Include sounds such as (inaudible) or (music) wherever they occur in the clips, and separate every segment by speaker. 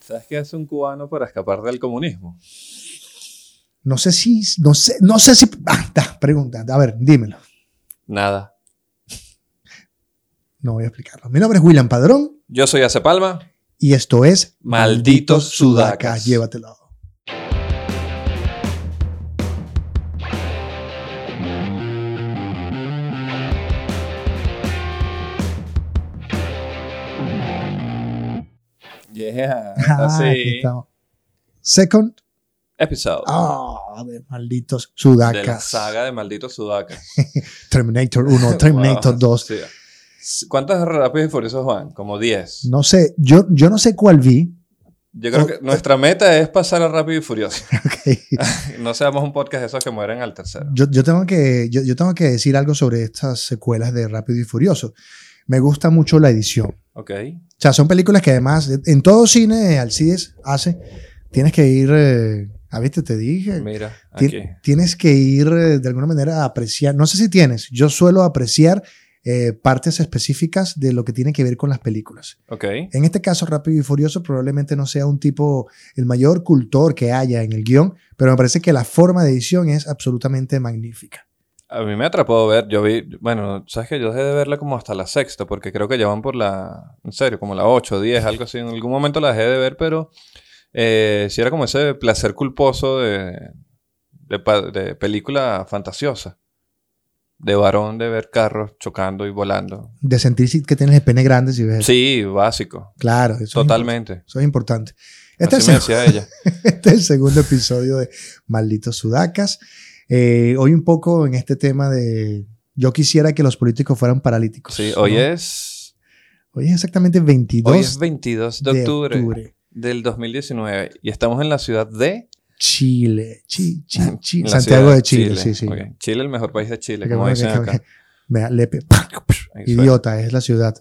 Speaker 1: ¿Sabes qué hace un cubano para escapar del comunismo?
Speaker 2: No sé si. No sé, no sé si. Ah, está, pregunta. A ver, dímelo.
Speaker 1: Nada.
Speaker 2: No voy a explicarlo. Mi nombre es William Padrón
Speaker 1: Yo soy Ace Palma.
Speaker 2: y esto es.
Speaker 1: Malditos
Speaker 2: Sudacas.
Speaker 1: Sudacas.
Speaker 2: Llévatelo.
Speaker 1: Yeah.
Speaker 2: (laughs) Ah, aquí
Speaker 1: Así.
Speaker 2: estamos. Second.
Speaker 1: Episodio.
Speaker 2: Ah, de malditos
Speaker 1: de la
Speaker 2: Sudacas.
Speaker 1: saga de malditos sudacas.
Speaker 2: Terminator 1,
Speaker 1: (laughs)
Speaker 2: Terminator
Speaker 1: Wow.
Speaker 2: 2.
Speaker 1: Sí. S- ¿Cuántas rápidos y furiosos van? Como 10.
Speaker 2: No sé, yo, yo no sé cuál vi. (laughs)
Speaker 1: Yo creo que nuestra meta es pasar a rápido y furioso.
Speaker 2: Ok.
Speaker 1: (laughs) No seamos un podcast de esos que mueren al tercero.
Speaker 2: Yo, yo tengo que, yo, yo tengo que decir algo sobre estas secuelas de Rápido y Furioso. Me gusta mucho la edición.
Speaker 1: Ok.
Speaker 2: O sea, son películas que además, en todo cine, Alcides hace, tienes que ir, eh, a viste, te dije,
Speaker 1: Mira,
Speaker 2: Ti-
Speaker 1: aquí.
Speaker 2: tienes que ir eh, de alguna manera a apreciar, no sé si tienes, yo suelo apreciar eh, partes específicas de lo que tiene que ver con las películas.
Speaker 1: Ok.
Speaker 2: En este caso, Rápido y Furioso probablemente no sea un tipo, el mayor cultor que haya en el guión, pero me parece que la forma de edición es absolutamente magnífica.
Speaker 1: A mí me atrapó ver, yo vi, bueno, sabes que yo dejé de verla como hasta la sexta, porque creo que ya van por la, en serio, como la 8, 10, algo así, en algún momento la dejé de ver, pero si era como ese placer culposo de, de, pa- de película fantasiosa, de varón, de ver carros chocando y volando.
Speaker 2: De sentir si- que tienes el pene grande si ves.
Speaker 1: Sí, básico,
Speaker 2: Claro, eso es
Speaker 1: totalmente.
Speaker 2: impor- eso es importante. Este
Speaker 1: Así
Speaker 2: es,
Speaker 1: me
Speaker 2: el,
Speaker 1: decía ella.
Speaker 2: (laughs) este es el segundo episodio de Malditos Sudacas. Eh, hoy un poco en este tema de yo quisiera que los políticos fueran paralíticos. (laughs)
Speaker 1: Sí, hoy
Speaker 2: ¿no?
Speaker 1: es,
Speaker 2: Hoy es exactamente 22
Speaker 1: hoy es 22 de octubre,
Speaker 2: de octubre.
Speaker 1: del 2019 y estamos en la ciudad de
Speaker 2: Chile, Chi-
Speaker 1: (laughs)
Speaker 2: Chi- Chi-
Speaker 1: la
Speaker 2: Santiago
Speaker 1: ciudad
Speaker 2: de Chile, sí, sí.
Speaker 1: Ok. Chile, el mejor país de Chile,
Speaker 2: Que
Speaker 1: como
Speaker 2: bueno,
Speaker 1: dicen
Speaker 2: que-
Speaker 1: acá.
Speaker 2: me
Speaker 1: (laughs)
Speaker 2: da lepe.
Speaker 1: Ahí suena.
Speaker 2: Idiota, es la ciudad.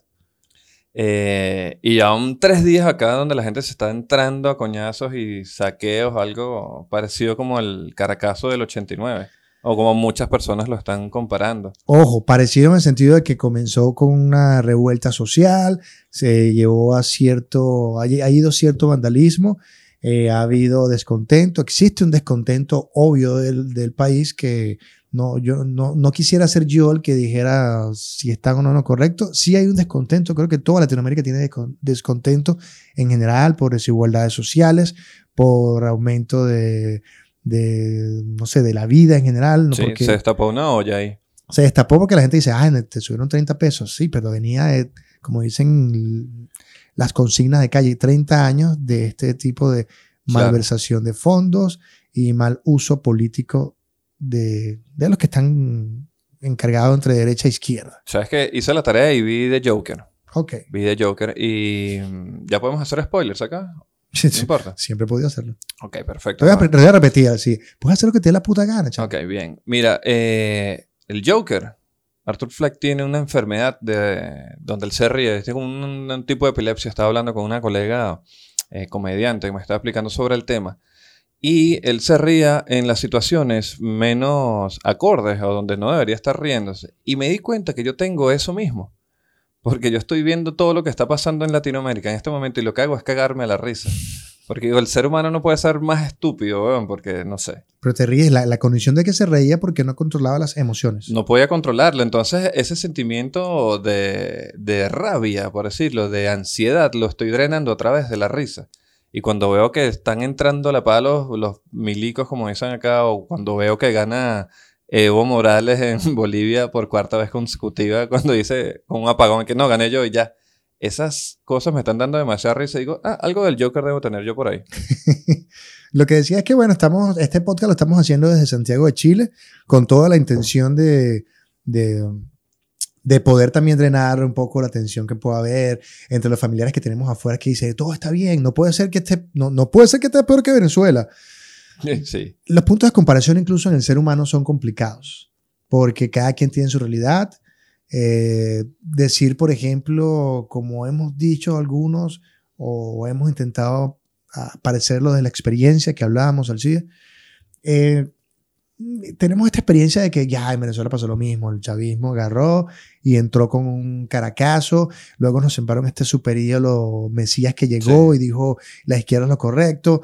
Speaker 1: Eh, y aún tres días acá donde la gente se está entrando a coñazos y saqueos, algo parecido como el Caracazo del 89, o como muchas personas lo están comparando.
Speaker 2: Ojo, parecido en el sentido de que comenzó con una revuelta social, se llevó a cierto, ha, ha ido cierto vandalismo, eh, ha habido descontento, existe un descontento obvio del, del país que no, yo no, no quisiera ser yo el que dijera si está o no en lo correcto. Sí hay un descontento, creo que toda Latinoamérica tiene descon- descontento en general por desigualdades sociales, por aumento de, de, no sé, de la vida en general. ¿no?
Speaker 1: Sí,
Speaker 2: Porque-
Speaker 1: se destapó una olla ahí.
Speaker 2: se destapó porque la gente dice, ah, te subieron 30 pesos. Sí, pero venía, de, como dicen l- las consignas de calle, 30 años de este tipo de
Speaker 1: Claro.
Speaker 2: malversación de fondos y mal uso político de, de los que están encargados entre derecha e izquierda.
Speaker 1: ¿Sabes que Hice la tarea y vi The Joker.
Speaker 2: Ok. (laughs)
Speaker 1: Vi The Joker y mm, ya podemos hacer spoilers acá. No importa.
Speaker 2: Siempre he podido hacerlo.
Speaker 1: Ok, perfecto.
Speaker 2: Te voy a,
Speaker 1: No.
Speaker 2: pre- te voy a repetir así. Puedes hacer lo que te dé la puta gana, chaval.
Speaker 1: Ah. Ok, bien. Mira, eh, el Joker, Arthur Fleck tiene una enfermedad de, donde él se ríe. Este Es como un, un tipo de epilepsia. Estaba hablando con una colega eh, comediante y me estaba explicando sobre el tema. Y él se ría en las situaciones menos acordes o donde no debería estar riéndose. Y me di cuenta que yo tengo eso mismo. Porque yo estoy viendo todo lo que está pasando en Latinoamérica en este momento y lo que hago es cagarme a la risa. Porque digo, el ser humano no puede ser más estúpido, weón, porque no sé.
Speaker 2: Pero te ríes. La, la condición de que se reía porque no controlaba las emociones.
Speaker 1: No podía controlarlo. Entonces, ese sentimiento de, de rabia, por decirlo, de ansiedad, lo estoy drenando a través de la risa. Y cuando veo que están entrando a la pala los, los milicos, como dicen acá, o cuando veo que gana Evo Morales en (laughs) Bolivia por cuarta vez consecutiva, (laughs) cuando dice con un apagón que no gané yo y ya. Esas cosas me están dando demasiada risa. y Digo, ah, algo del Joker debo tener yo por ahí. (laughs)
Speaker 2: (laughs) Lo que decía es que, bueno, estamos, este podcast lo estamos haciendo desde Santiago de Chile con toda la intención de, de, de poder también drenar un poco la tensión que pueda haber entre los familiares que tenemos afuera que dicen, todo está bien, no puede ser que esté, no, no puede ser que esté peor que Venezuela.
Speaker 1: Sí.
Speaker 2: Los puntos de comparación incluso en el ser humano son complicados porque cada quien tiene su realidad. Eh, decir, por ejemplo, como hemos dicho algunos o hemos intentado aparecerlo desde la experiencia que hablábamos al CIDE, eh, tenemos esta experiencia de que ya en Venezuela pasó lo mismo, el chavismo agarró y entró con un caracazo, luego nos sembraron este super ídolo Mesías que llegó y dijo la izquierda es lo correcto.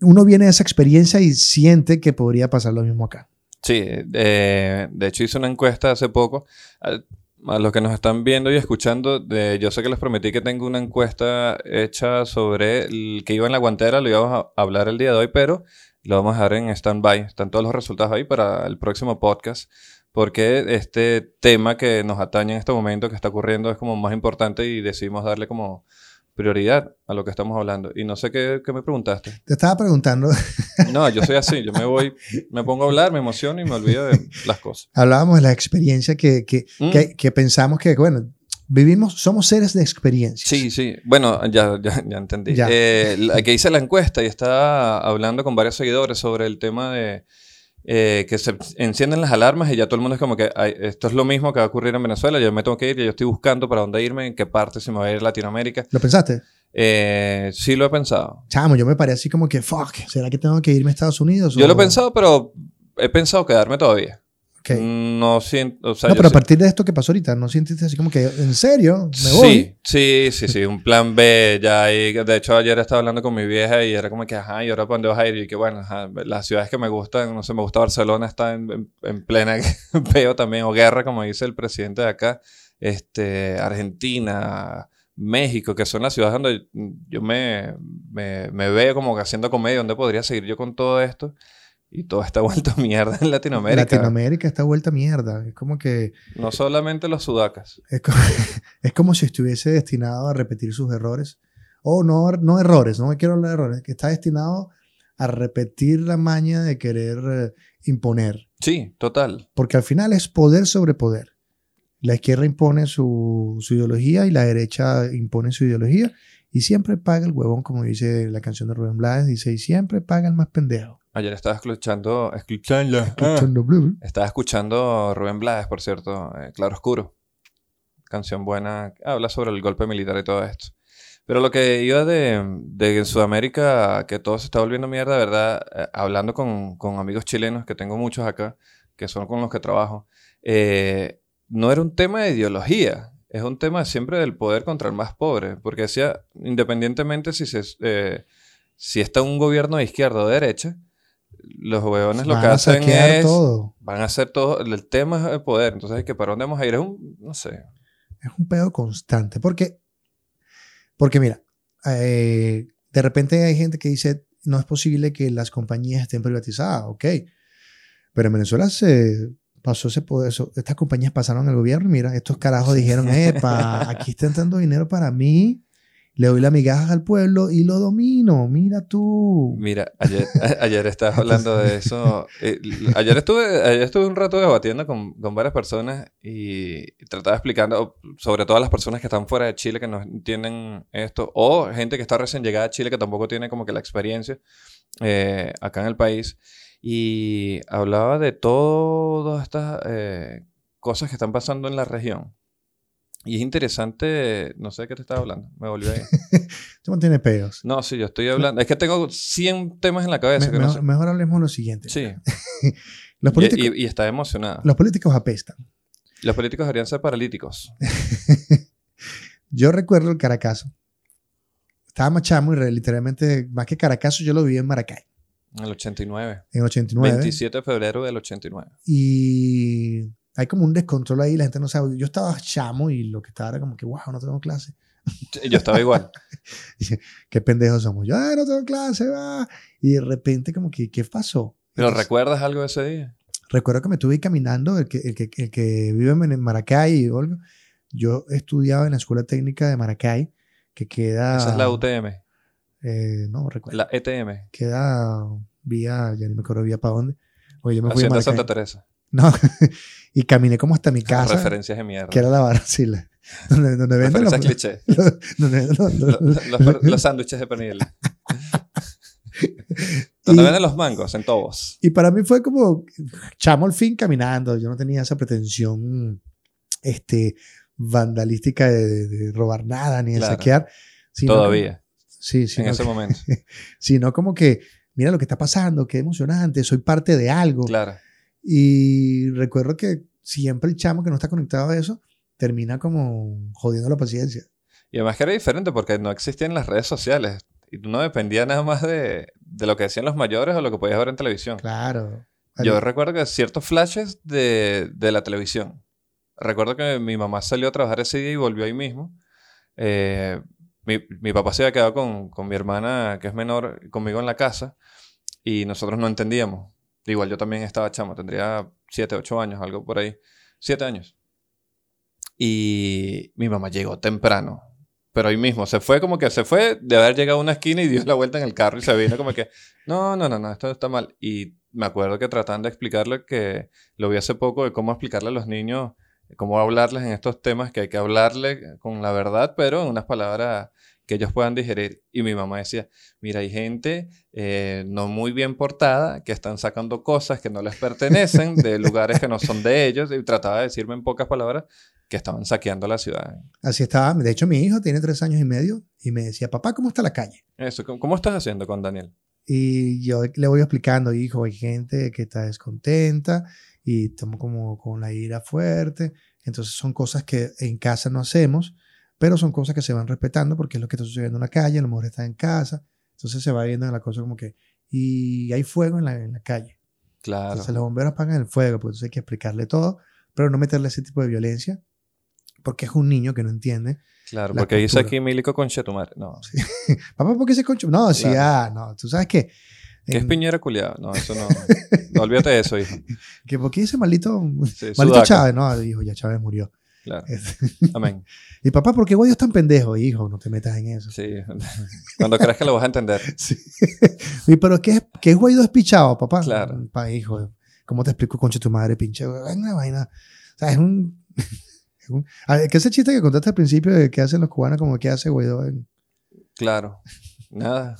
Speaker 2: Uno viene de esa experiencia y siente que podría pasar lo mismo acá.
Speaker 1: Sí, eh, de hecho hice una encuesta hace poco. A, a los que nos están viendo y escuchando, de, yo sé que les prometí que tengo una encuesta hecha sobre el que iba en la guantera, lo íbamos a hablar el día de hoy, pero lo vamos a dejar en stand-by. Están todos los resultados ahí para el próximo podcast, porque este tema que nos atañe en este momento, que está ocurriendo, es como más importante y decidimos darle como prioridad a lo que estamos hablando. Y no sé qué, qué me preguntaste.
Speaker 2: Te estaba preguntando, (laughs)
Speaker 1: No, yo soy así, yo me voy, me pongo a hablar, me emociono y me olvido de las cosas.
Speaker 2: hablábamos de la experiencia que, que,
Speaker 1: Mm.
Speaker 2: que, que pensamos que, bueno, vivimos, somos seres de experiencia.
Speaker 1: Sí, sí. Bueno, ya, ya, ya entendí.
Speaker 2: Ya.
Speaker 1: Eh, la que hice la encuesta y estaba hablando con varios seguidores sobre el tema de eh, que se encienden las alarmas y ya todo el mundo es como que "Ay, esto es lo mismo que va a ocurrir en Venezuela, yo me tengo que ir, yo estoy buscando para dónde irme, en qué parte se me va a ir Latinoamérica.
Speaker 2: ¿Lo pensaste?
Speaker 1: Eh, sí lo he pensado.
Speaker 2: Chamo, yo me paré así como que, fuck, ¿será que tengo que irme a Estados Unidos?
Speaker 1: Yo lo
Speaker 2: o-
Speaker 1: he pensado, pero he pensado quedarme todavía.
Speaker 2: Ok.
Speaker 1: No siento, o sea,
Speaker 2: no,
Speaker 1: yo
Speaker 2: pero a
Speaker 1: sí-
Speaker 2: partir de esto que pasó ahorita, ¿no sentiste así como que, en serio? ¿Me voy?
Speaker 1: Sí, sí, sí, sí, un plan B ya ahí. De hecho, ayer estaba hablando con mi vieja y era como que, ajá, ¿y ahora para dónde vas a ir? Y que, bueno, ajá, las ciudades que me gustan, no sé, me gusta Barcelona, está en, en- en plena (laughs) peo también, o guerra, como dice el presidente de acá, este, Argentina, México, que son las ciudades donde yo me, me, me veo como que haciendo comedia, donde podría seguir yo con todo esto. Y todo está (laughs) vuelto mierda en Latinoamérica.
Speaker 2: Latinoamérica está vuelta a mierda. Es como que.
Speaker 1: No solamente los sudacas.
Speaker 2: Es co- (laughs) es como, si estuviese destinado a repetir sus errores. O no, no errores, no me quiero hablar de errores. Que está destinado a repetir la maña de querer eh, imponer.
Speaker 1: Sí, total.
Speaker 2: Porque al final es poder sobre poder. La izquierda impone su, su ideología y la derecha impone su ideología. Y siempre paga el huevón, como dice la canción de Rubén Blades. Dice, y siempre paga el más pendejo.
Speaker 1: Ayer estaba escuchando, escuchando, ah, Estaba escuchando Rubén Blades, por cierto, eh, Claro Oscuro. Canción buena, habla sobre el golpe militar y todo esto. Pero lo que iba de, de Sudamérica, que todo se está volviendo mierda, de ¿verdad? eh, hablando con, con amigos chilenos, que tengo muchos acá, que son con los que trabajo, eh, no era un tema de ideología, es un tema siempre del poder contra el más pobre, porque decía, independientemente si, se, eh, si está un gobierno de izquierda o de derecha, los huevones lo
Speaker 2: Van
Speaker 1: que
Speaker 2: a
Speaker 1: hacen
Speaker 2: saquear
Speaker 1: es
Speaker 2: todo.
Speaker 1: van a ser todo el tema es el poder. Entonces, es que para dónde vamos a ir es un, no sé.
Speaker 2: Es un pedo constante. Porque, porque mira, eh, de repente hay gente que dice, no es posible que las compañías estén privatizadas, ok. Pero en Venezuela se pasó ese poder. eso- estas compañías pasaron al gobierno y mira, estos carajos
Speaker 1: (laughs)
Speaker 2: dijeron, epa, aquí está entrando dinero para mí. Le doy la migaja al pueblo y lo domino. Mira tú.
Speaker 1: Mira, ayer, (laughs) a- ayer estabas hablando de eso. Eh, l- ayer, estuve, ayer estuve un rato debatiendo con, con varias personas y trataba explicando, sobre todo a las personas que están fuera de Chile que no entienden esto, o gente que está recién llegada a Chile que tampoco tiene como que la experiencia eh, acá en el país. Y hablaba de todas estas eh, cosas que están pasando en la región. Y es interesante, no sé de qué te estaba hablando, me volvió ahí.
Speaker 2: Tú no tienes pedos.
Speaker 1: No, sí, yo estoy hablando. Es que tengo 100 temas en la cabeza.
Speaker 2: Me-
Speaker 1: que no
Speaker 2: mejor,
Speaker 1: sé.
Speaker 2: mejor hablemos lo siguiente.
Speaker 1: Sí,
Speaker 2: Los
Speaker 1: y-
Speaker 2: políticos,
Speaker 1: y, y está emocionada.
Speaker 2: los políticos apestan.
Speaker 1: Los políticos deberían ser paralíticos.
Speaker 2: Yo recuerdo el Caracazo. Estaba más chamo y re- literalmente, más que Caracazo, yo lo viví en Maracay,
Speaker 1: En el 89.
Speaker 2: en 89.
Speaker 1: 27 de febrero del 89.
Speaker 2: Y hay como un descontrol ahí, la gente no sabe. Yo estaba chamo y lo que estaba era como que, wow, no tengo clase.
Speaker 1: Yo estaba igual.
Speaker 2: Qué pendejos somos. Yo, "Ay, no tengo clase, va. Y de repente como que, ¿qué pasó?
Speaker 1: ¿Pero
Speaker 2: (laughs) Entonces,
Speaker 1: recuerdas algo de ese día?
Speaker 2: recuerdo que me estuve caminando, el que, el que, el que vive en Maracay y Olga. Yo estudiaba en la Escuela Técnica de Maracay, que queda...
Speaker 1: Esa es la UTM.
Speaker 2: eh, no recuerdo.
Speaker 1: La E ETM.
Speaker 2: queda vía, ya ni me acuerdo vía para dónde. Oye, yo me fui a
Speaker 1: Hacienda Santa Ah,
Speaker 2: Maracay.
Speaker 1: Teresa.
Speaker 2: No, y caminé como hasta mi casa,
Speaker 1: Referencias de mierda.
Speaker 2: que era la Baracila, (laughs) donde, donde venden los,
Speaker 1: Referencias cliché.
Speaker 2: (laughs) donde- los-
Speaker 1: Lo-
Speaker 2: los-
Speaker 1: lo- Los, los sándwiches de
Speaker 2: (laughs)
Speaker 1: pernil. Donde venden los mangos, en tobos.
Speaker 2: Y para mí fue como chamo al fin caminando. Yo no tenía esa pretensión este, vandalística de, de robar nada ni de
Speaker 1: Claro.
Speaker 2: saquear. sino
Speaker 1: Todavía,
Speaker 2: como- sí,
Speaker 1: en
Speaker 2: sino,
Speaker 1: ese momento.
Speaker 2: sino como que mira lo que está pasando, qué emocionante, soy parte de algo.
Speaker 1: Claro.
Speaker 2: Y recuerdo que siempre el chamo que no está conectado a eso termina como jodiendo la paciencia.
Speaker 1: Y además que era diferente porque no existían las redes sociales. Y no dependía nada más de, de lo que decían los mayores o lo que podías ver en televisión.
Speaker 2: Claro.
Speaker 1: Yo recuerdo que ciertos flashes de, de la televisión. Recuerdo que mi mamá salió a trabajar ese día y volvió ahí mismo. Eh, mi, mi papá se había quedado con, con mi hermana, que es menor, conmigo en la casa. Y nosotros no entendíamos. Igual yo también estaba chamo, tendría 7, 8 años, algo por ahí. 7 años. Y mi mamá llegó temprano. Pero ahí mismo, se fue como que se fue de haber llegado a una esquina y dio la vuelta en el carro y se vino como que, no, no, no, no, esto está mal. Y me acuerdo que tratando de explicarle que lo vi hace poco de cómo explicarle a los niños, eh, cómo hablarles en estos temas, que hay que hablarle con la verdad, pero en unas palabras que ellos puedan digerir. Y mi mamá decía, mira, hay gente eh, no muy bien portada que están sacando cosas que no les pertenecen de lugares que no son de ellos y trataba de decirme en pocas palabras que estaban saqueando la ciudad.
Speaker 2: Así estaba. De hecho, mi hijo tiene tres años y medio y me decía, papá, ¿cómo está la calle?
Speaker 1: Eso, ¿cómo, cómo estás haciendo con Daniel?
Speaker 2: Y yo le voy explicando, hijo, hay gente que está descontenta y estamos como con la ira fuerte. Entonces son cosas que en casa no hacemos, pero son cosas que se van respetando porque es lo que está sucediendo en la calle, a lo mejor está en casa. Entonces se va viendo la cosa como que, y hay fuego en la, en la calle.
Speaker 1: Claro.
Speaker 2: Entonces los bomberos apagan el fuego, pues entonces hay que explicarle todo, pero no meterle ese tipo de violencia porque es un niño que no entiende.
Speaker 1: Claro,
Speaker 2: la
Speaker 1: porque dice
Speaker 2: cultura.
Speaker 1: aquí Milico con Chetumar. No,
Speaker 2: Papá, ¿por qué se concha? No, sí, ah,
Speaker 1: Claro.
Speaker 2: no, tú sabes qué.
Speaker 1: que es
Speaker 2: En-
Speaker 1: piñera culiado. No, eso
Speaker 2: (laughs)
Speaker 1: no. No olvídate de eso, hijo.
Speaker 2: que ¿Por qué ese maldito,
Speaker 1: Sí,
Speaker 2: maldito
Speaker 1: sudaca.
Speaker 2: Chávez? No, dijo, ya Chávez murió.
Speaker 1: Claro.
Speaker 2: Es-
Speaker 1: (laughs) Amén.
Speaker 2: Y papá, ¿por qué Guadio es tan pendejo? Hijo, no te metas en eso.
Speaker 1: Sí. Cuando creas que lo vas a entender.
Speaker 2: Sí. Y pero ¿qué es, qué es Guaidó espichado, papá?
Speaker 1: Claro.
Speaker 2: Pa, hijo, ¿cómo te explico, concha tu madre, pinche? Es una vaina. O sea, es un... (laughs) es un- a ver, que ese chiste que contaste al principio de que hacen los cubanos como que hace Guaidó en-
Speaker 1: Claro. Nada.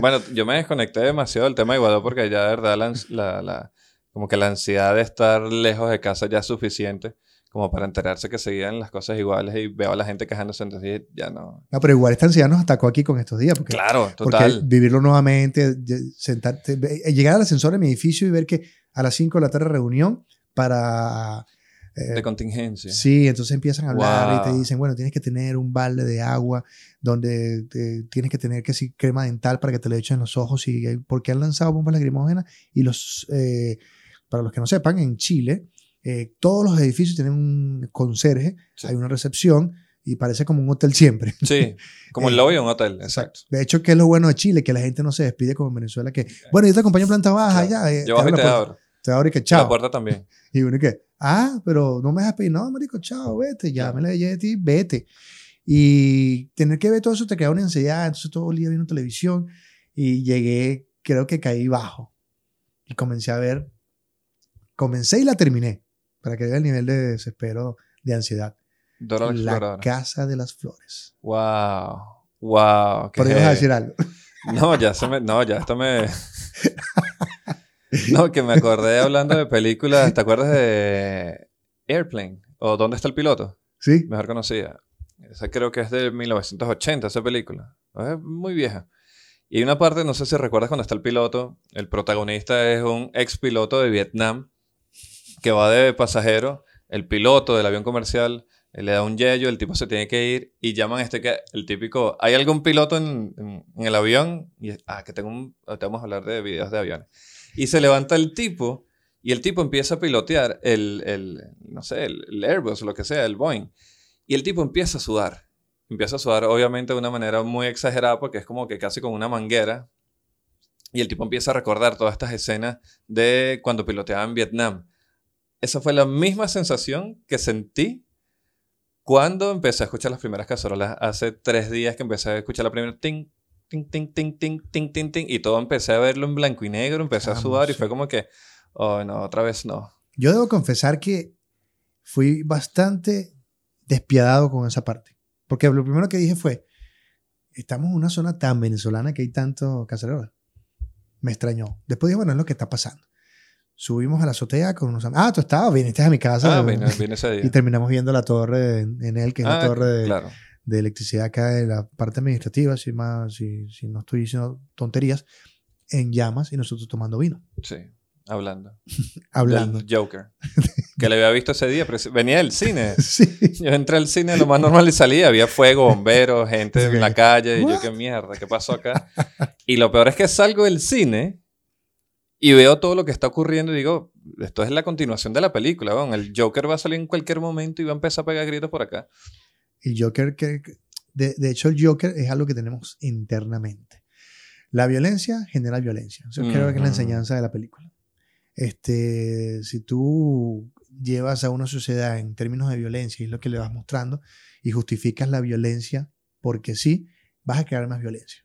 Speaker 1: bueno, yo me desconecté demasiado del tema de Guadalajara porque ya de verdad la, ans- la- la- como que la ansiedad de estar lejos de casa ya es suficiente como para enterarse que seguían las cosas iguales y veo a la gente quejándose, entonces ya no.
Speaker 2: No, pero igual esta ansiedad nos atacó aquí con estos días. Porque,
Speaker 1: Claro,
Speaker 2: porque
Speaker 1: total.
Speaker 2: vivirlo nuevamente, ye- sentarte, ve- eh, llegar al ascensor de mi edificio y ver que a las 5 de la tarde reunión para... eh,
Speaker 1: de contingencia.
Speaker 2: Sí, entonces empiezan a hablar y te
Speaker 1: Wow.
Speaker 2: dicen, bueno, tienes que tener un balde de agua donde eh, tienes que tener que sí, crema dental para que te lo echen en los ojos y eh, porque han lanzado bombas lacrimógenas y los, eh, para los que no sepan, en Chile eh, todos los edificios tienen un conserje,
Speaker 1: Sí.
Speaker 2: hay una recepción y parece como un hotel siempre.
Speaker 1: Sí,
Speaker 2: (laughs) Eh,
Speaker 1: como el lobby de un hotel, exacto.
Speaker 2: De hecho, que es lo bueno de Chile, que la gente no se despide como en Venezuela, que, bueno, yo te acompaño en planta baja, ya. eh,
Speaker 1: Yo bajo y te
Speaker 2: abro la puerta,
Speaker 1: abro.
Speaker 2: te abro y que
Speaker 1: La
Speaker 2: chao.
Speaker 1: puerta también.
Speaker 2: Y uno que, ah, pero no me dejas pedir. No, marico, chao, vete, ya
Speaker 1: Claro.
Speaker 2: me la dejé de ti, vete. Y tener que ver todo eso te crea una ansiedad. Entonces todo el día viendo televisión y llegué, creo que caí bajo. Y comencé a ver, comencé y la terminé, para que vea el nivel de desespero, de ansiedad.
Speaker 1: Dora la
Speaker 2: la
Speaker 1: exploradora.
Speaker 2: Casa de las Flores.
Speaker 1: Wow. Wow. qué
Speaker 2: Pero ibas a
Speaker 1: heavy.
Speaker 2: decir algo. (laughs)
Speaker 1: No, ya se me. No, ya esto me. (laughs) No, que me acordé hablando de películas. ¿Te acuerdas de Airplane? ¿O dónde está el piloto?
Speaker 2: ¿Sí?
Speaker 1: Mejor conocida. Esa creo que es de 1980, esa película. Es muy vieja. Y hay una parte, no sé si recuerdas cuando está el piloto. El protagonista es un ex piloto de Vietnam que va de pasajero. El piloto del avión comercial eh, le da un yello, el tipo se tiene que ir y llaman a este que, el típico, ¿hay algún piloto en, en- en el avión? Y es, ah, que tengo un, ahorita vamos a hablar de videos de aviones. Y se levanta el tipo y el tipo empieza a pilotear el, el no sé, el, el Airbus, lo que sea, el Boeing. Y el tipo empieza a sudar. Empieza a sudar, obviamente, de una manera muy exagerada, porque es como que casi con una manguera. Y el tipo empieza a recordar todas estas escenas de cuando piloteaba en Vietnam. Esa fue la misma sensación que sentí cuando empecé a escuchar las primeras cacerolas. Hace tres días que empecé a escuchar la primera. Ting, ting, ting, ting, ting, ting, ting, ting. Y todo empecé a verlo en blanco y negro, empecé a
Speaker 2: Chamo,
Speaker 1: sudar y
Speaker 2: sí.
Speaker 1: fue como que, oh, no, otra vez no.
Speaker 2: Yo debo confesar que fui bastante despiadado con esa parte. Porque lo primero que dije fue, estamos en una zona tan venezolana que hay tanto cacerolas. Me extrañó. Después dije, bueno, es lo que está pasando. Subimos a la azotea con unos amigos. Ah, tú estabas, viniste a mi casa.
Speaker 1: Ah, vino, vino ese día.
Speaker 2: Y terminamos viendo la torre en, en él, que es la
Speaker 1: Ah,
Speaker 2: torre de,
Speaker 1: Claro.
Speaker 2: de electricidad acá de la parte administrativa, si, más, si, si no estoy diciendo tonterías, en llamas y nosotros tomando vino,
Speaker 1: Sí, hablando.
Speaker 2: hablando.
Speaker 1: Del Joker. que le había visto ese día, pero venía del cine.
Speaker 2: (laughs) Sí.
Speaker 1: Yo entré al cine lo más normal y salí. Había fuego, bomberos, gente en la
Speaker 2: Ok.
Speaker 1: calle. Y yo,
Speaker 2: What?
Speaker 1: qué mierda, ¿qué pasó acá? Y lo peor es que salgo del cine y veo todo lo que está ocurriendo y digo, esto es la continuación de la película. weón. El Joker va a salir en cualquier momento y va a empezar a pegar gritos por acá.
Speaker 2: El Joker, que, de, de hecho, el Joker es algo que tenemos internamente. La violencia genera violencia. Eso creo que es
Speaker 1: Ujú.
Speaker 2: la enseñanza de la película. Este, si tú llevas a una sociedad en términos de violencia, y es lo que le vas mostrando, y justificas la violencia porque sí, vas a crear más violencia.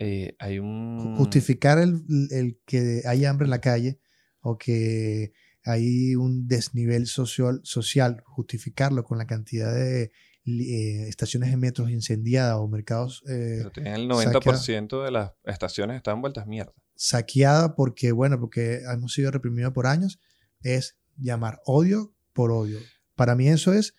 Speaker 1: Eh, hay un...
Speaker 2: Ju- Justificar el, el que hay hambre en la calle o que hay un desnivel social, social justificarlo con la cantidad de li- eh, estaciones de metros incendiadas o mercados eh,
Speaker 1: Pero tienen el 90% de las estaciones estaban vueltas mierda.
Speaker 2: saqueada porque, bueno, porque hemos sido reprimidos por años, es llamar odio por odio. Para mí eso es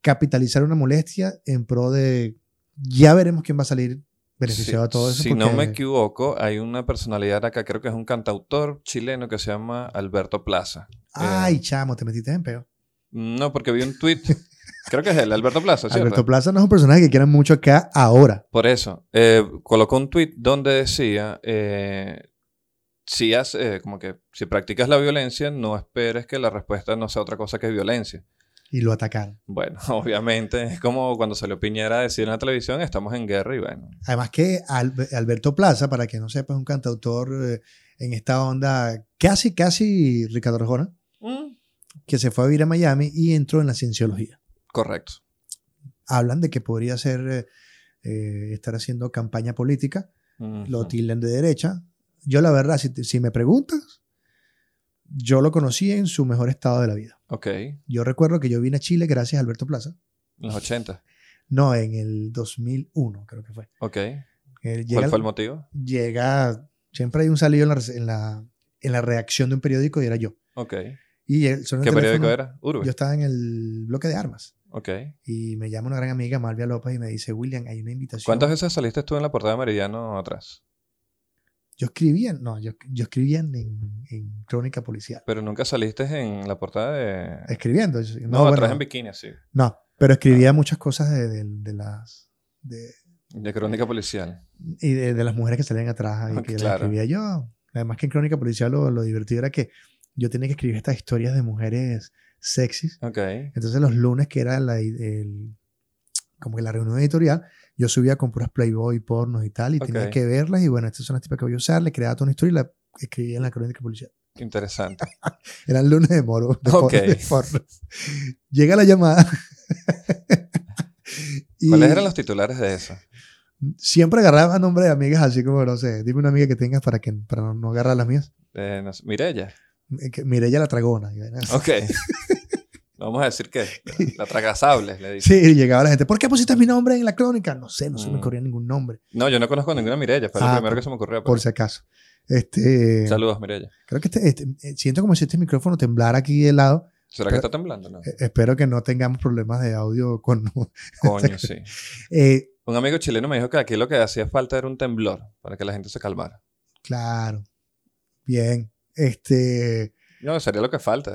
Speaker 2: capitalizar una molestia en pro de ya veremos quién va a salir beneficiado
Speaker 1: Si-
Speaker 2: de todo eso.
Speaker 1: Si no
Speaker 2: porque-
Speaker 1: me equivoco, hay una personalidad acá, creo que es un cantautor chileno que se llama Alberto Plaza. eh,
Speaker 2: Ay, chamo, te metiste en peo.
Speaker 1: No, porque vi un
Speaker 2: (laughs)
Speaker 1: tweet. Creo que es él, Alberto Plaza, ¿cierto?
Speaker 2: Alberto Plaza no es un personaje que quieran mucho acá ahora.
Speaker 1: Por eso, eh, colocó un tweet donde decía, eh, si, has, eh, como que, si practicas la violencia, no esperes que la respuesta no sea otra cosa que violencia.
Speaker 2: Y lo atacaron.
Speaker 1: Bueno, (laughs) obviamente, es como cuando salió Piñera a decir en la televisión, estamos en guerra y bueno.
Speaker 2: Además que Al- Alberto Plaza, para que no sepa, es un cantautor eh, en esta onda casi, casi Ricardo Arjona,
Speaker 1: Mm,
Speaker 2: que se fue a vivir a Miami y entró en la cienciología.
Speaker 1: correcto.
Speaker 2: Hablan de que podría ser, eh, eh, estar haciendo campaña política, lo
Speaker 1: Ujú.
Speaker 2: tildan de derecha. Yo la verdad, si, te- si me preguntas, yo lo conocí en su mejor estado de la vida.
Speaker 1: Ok,
Speaker 2: Yo recuerdo que yo vine a Chile gracias a Alberto Plaza.
Speaker 1: en los 80.
Speaker 2: No, en el 2001 creo que fue.
Speaker 1: Ok.
Speaker 2: Él
Speaker 1: ¿Cuál
Speaker 2: llega,
Speaker 1: fue el motivo?
Speaker 2: Eh, Este, eh,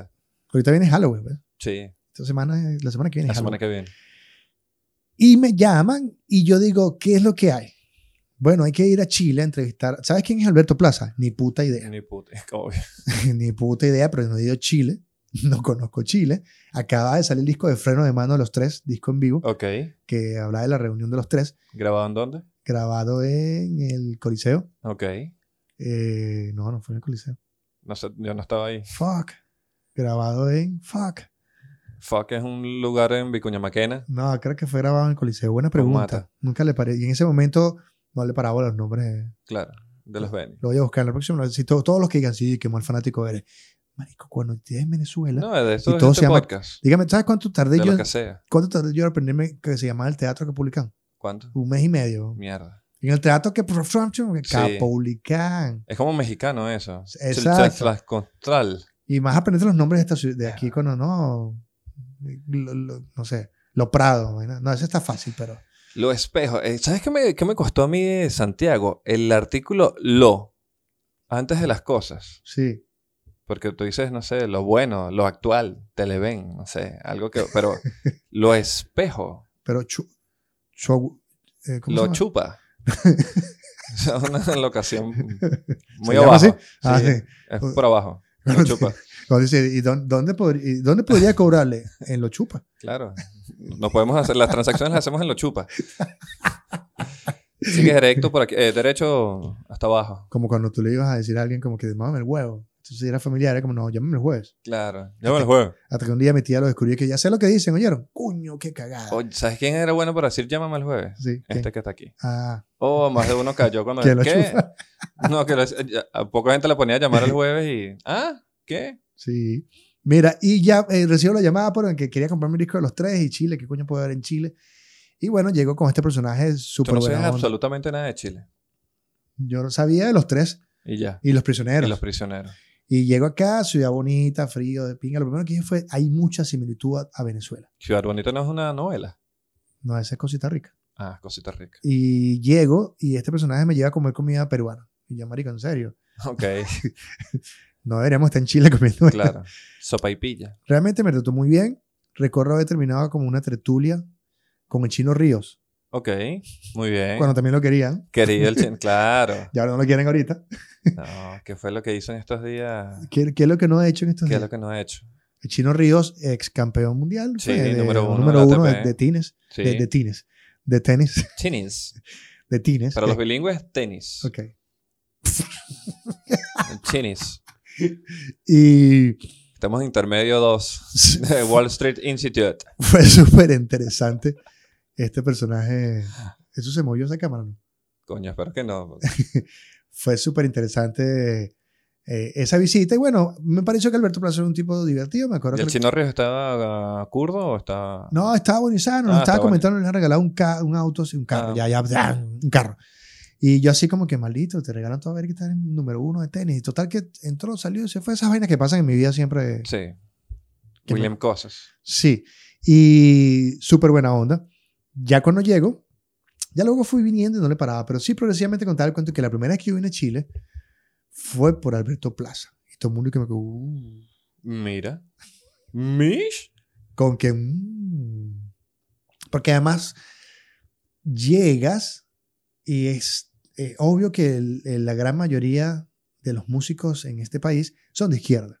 Speaker 1: (laughs) Oh. este
Speaker 2: eh, E, (laughs) eh, Este, Eh, Lo Prado. vaina. No, eso está fácil, pero.
Speaker 1: Lo espejo. Eh, ¿Sabes qué me, qué me costó a mí, eh, Santiago? El artículo lo, antes de las cosas.
Speaker 2: Sí.
Speaker 1: Porque tú dices, no sé, lo bueno, lo actual, televen, no sé, algo que... Pero lo espejo,
Speaker 2: Pero chu, chu- eh, ¿cómo se
Speaker 1: lo
Speaker 2: llama?
Speaker 1: chupa. (laughs) es una
Speaker 2: (laughs)
Speaker 1: locación muy
Speaker 2: llama
Speaker 1: abajo.
Speaker 2: así?
Speaker 1: Sí,
Speaker 2: Ah, sí.
Speaker 1: Es por
Speaker 2: (laughs)
Speaker 1: abajo. Lo chupa.
Speaker 2: Cuando dice, ¿y dónde, dónde podr- y dónde podría cobrarle? (laughs) En lo chupa.
Speaker 1: Claro. No podemos hacer, las transacciones las hacemos en lo
Speaker 2: (laughs)
Speaker 1: chupa. Así que directo por aquí, eh, derecho hasta abajo.
Speaker 2: Como cuando tú le ibas a decir a alguien como que mámame el huevo. Entonces era familiar, era como, no, llámame el jueves.
Speaker 1: Claro. Yo me lo juego.
Speaker 2: Hasta que un día mi tía lo descubrió y que ya sé lo que dicen, ¿oyeron? Cuño, qué cagada.
Speaker 1: Oye, ¿Sabes quién era bueno para decir llámame el jueves?
Speaker 2: Sí, ¿qué?
Speaker 1: Este que está aquí.
Speaker 2: Ah,
Speaker 1: Oh, más de uno cayó cuando...
Speaker 2: Que lo
Speaker 1: ¿Qué?
Speaker 2: chupa.
Speaker 1: (laughs) No, que lo- ya- a poca gente le ponía a llamar
Speaker 2: (laughs)
Speaker 1: el jueves y... ¿Ah? ¿Qué?
Speaker 2: sí. Mira, y ya eh, recibo la llamada por el que quería comprarme el disco de los tres y Chile, ¿qué coño puedo ver en Chile? Y bueno, llegó con este personaje
Speaker 1: Tú
Speaker 2: súper
Speaker 1: no sabes
Speaker 2: buena onda.
Speaker 1: absolutamente nada de Chile.
Speaker 2: Yo no sabía de los tres
Speaker 1: Y ya.
Speaker 2: y los
Speaker 1: Y
Speaker 2: prisioneros.
Speaker 1: los prisioneros.
Speaker 2: Y llego acá, ciudad bonita, frío, de pinga. Lo primero que dije fue, hay mucha similitud a, a Venezuela.
Speaker 1: Ciudad Bonita no es una novela.
Speaker 2: No, esa es cosita rica.
Speaker 1: Ah, cosita
Speaker 2: (laughs)
Speaker 1: rica.
Speaker 2: Y llego y este personaje me lleva a comer comida peruana. Y yo, marico, en serio,
Speaker 1: Ok,
Speaker 2: no deberíamos estar en Chile (laughs) comiendo esto.
Speaker 1: claro. Sopa y pilla.
Speaker 2: Realmente me trató muy bien. Recuerdo haber terminado como una tertulia con el chino Ríos,
Speaker 1: Ok, muy bien.
Speaker 2: cuando también lo querían.
Speaker 1: Querido el
Speaker 2: (laughs)
Speaker 1: chin, claro.
Speaker 2: Y ahora no lo quieren ahorita.
Speaker 1: No, ¿qué fue lo que hizo en estos días?
Speaker 2: ¿Qué, qué es lo que no he hecho en estos
Speaker 1: ¿Qué es
Speaker 2: días?
Speaker 1: lo que no ha hecho?
Speaker 2: El chino Ríos, ex campeón mundial.
Speaker 1: Sí,
Speaker 2: fue, de-
Speaker 1: número uno
Speaker 2: número
Speaker 1: de la
Speaker 2: uno de,
Speaker 1: ATP.
Speaker 2: de tines.
Speaker 1: Sí,
Speaker 2: De, de tines. De tenis. (laughs)
Speaker 1: chinis.
Speaker 2: De tines.
Speaker 1: Para los
Speaker 2: Eh,
Speaker 1: bilingües, tenis.
Speaker 2: (laughs) Ok.
Speaker 1: Chinis.
Speaker 2: Y (laughs)
Speaker 1: Estamos en intermedio 2. Wall Street Institute.
Speaker 2: fue súper interesante este personaje. Eso se movió esa cámara, ¿no?
Speaker 1: Coño, espero que no.
Speaker 2: Fue súper interesante eh, esa visita. Y bueno, me pareció que Alberto Plaza era un tipo divertido. Me acuerdo
Speaker 1: ¿Y
Speaker 2: que
Speaker 1: el
Speaker 2: le-
Speaker 1: chino Ríos estaba ah, kurdo o estaba.?
Speaker 2: No, estaba bonizano, nos
Speaker 1: Ah,
Speaker 2: estaba
Speaker 1: está bueno.
Speaker 2: comentando, le han regalado un, ca- un auto, sí, un carro,
Speaker 1: Ah.
Speaker 2: ya, ya, ya, un carro. Y yo así como que maldito, te regalan todo a ver que estás en número uno de tenis. Y total que entró, salió, se fue. Esas vainas que pasan en mi vida siempre.
Speaker 1: Sí.
Speaker 2: Que
Speaker 1: William Cosas.
Speaker 2: Sí. Y súper buena onda. Ya cuando llego, ya luego fui viniendo y no le paraba, pero sí progresivamente contaba el cuento que la primera vez que yo vine a Chile fue por Alberto Plaza. Y todo el mundo que me quedó, "Uh",
Speaker 1: Mira. Mish.
Speaker 2: con que... "Mm". Porque además llegas y es eh, obvio que el- el- la gran mayoría de los músicos en este país son de izquierda.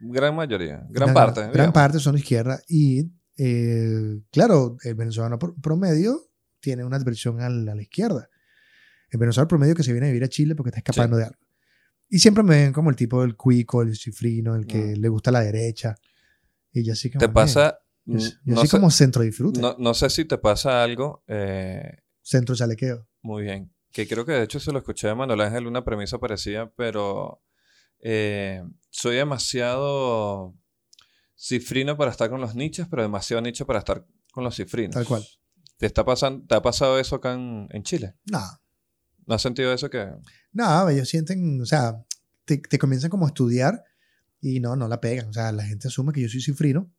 Speaker 1: Gran mayoría. Gran
Speaker 2: Una
Speaker 1: parte.
Speaker 2: Gran
Speaker 1: digamos.
Speaker 2: parte son de izquierda y, eh, claro, el venezolano pro- promedio tiene una adversión a la, a la izquierda. El venezolano promedio que se viene a vivir a Chile porque está escapando de algo. Y siempre me ven como el tipo del cuico, el cifrino, el que
Speaker 1: Mm.
Speaker 2: le gusta la derecha. Y yo así como...
Speaker 1: Te pasa.
Speaker 2: "Mira, Yo, yo
Speaker 1: no
Speaker 2: soy
Speaker 1: sé-
Speaker 2: como centro disfrute,
Speaker 1: No, no sé si te pasa algo, eh,
Speaker 2: centro chalequeo.
Speaker 1: muy bien, que creo que de hecho se lo escuché a Manuel Ángel una premisa parecida, pero eh, soy demasiado cifrino para estar con los nichos, pero demasiado nicho para estar con los cifrinos.
Speaker 2: Tal cual.
Speaker 1: ¿Te, está pasando, te ha pasado eso acá en, en Chile?
Speaker 2: No,
Speaker 1: ¿No has sentido eso que...?
Speaker 2: no, ellos sienten, o sea, te, te comienzan como a estudiar y no, no la pegan. O sea, la gente asume que yo soy cifrino.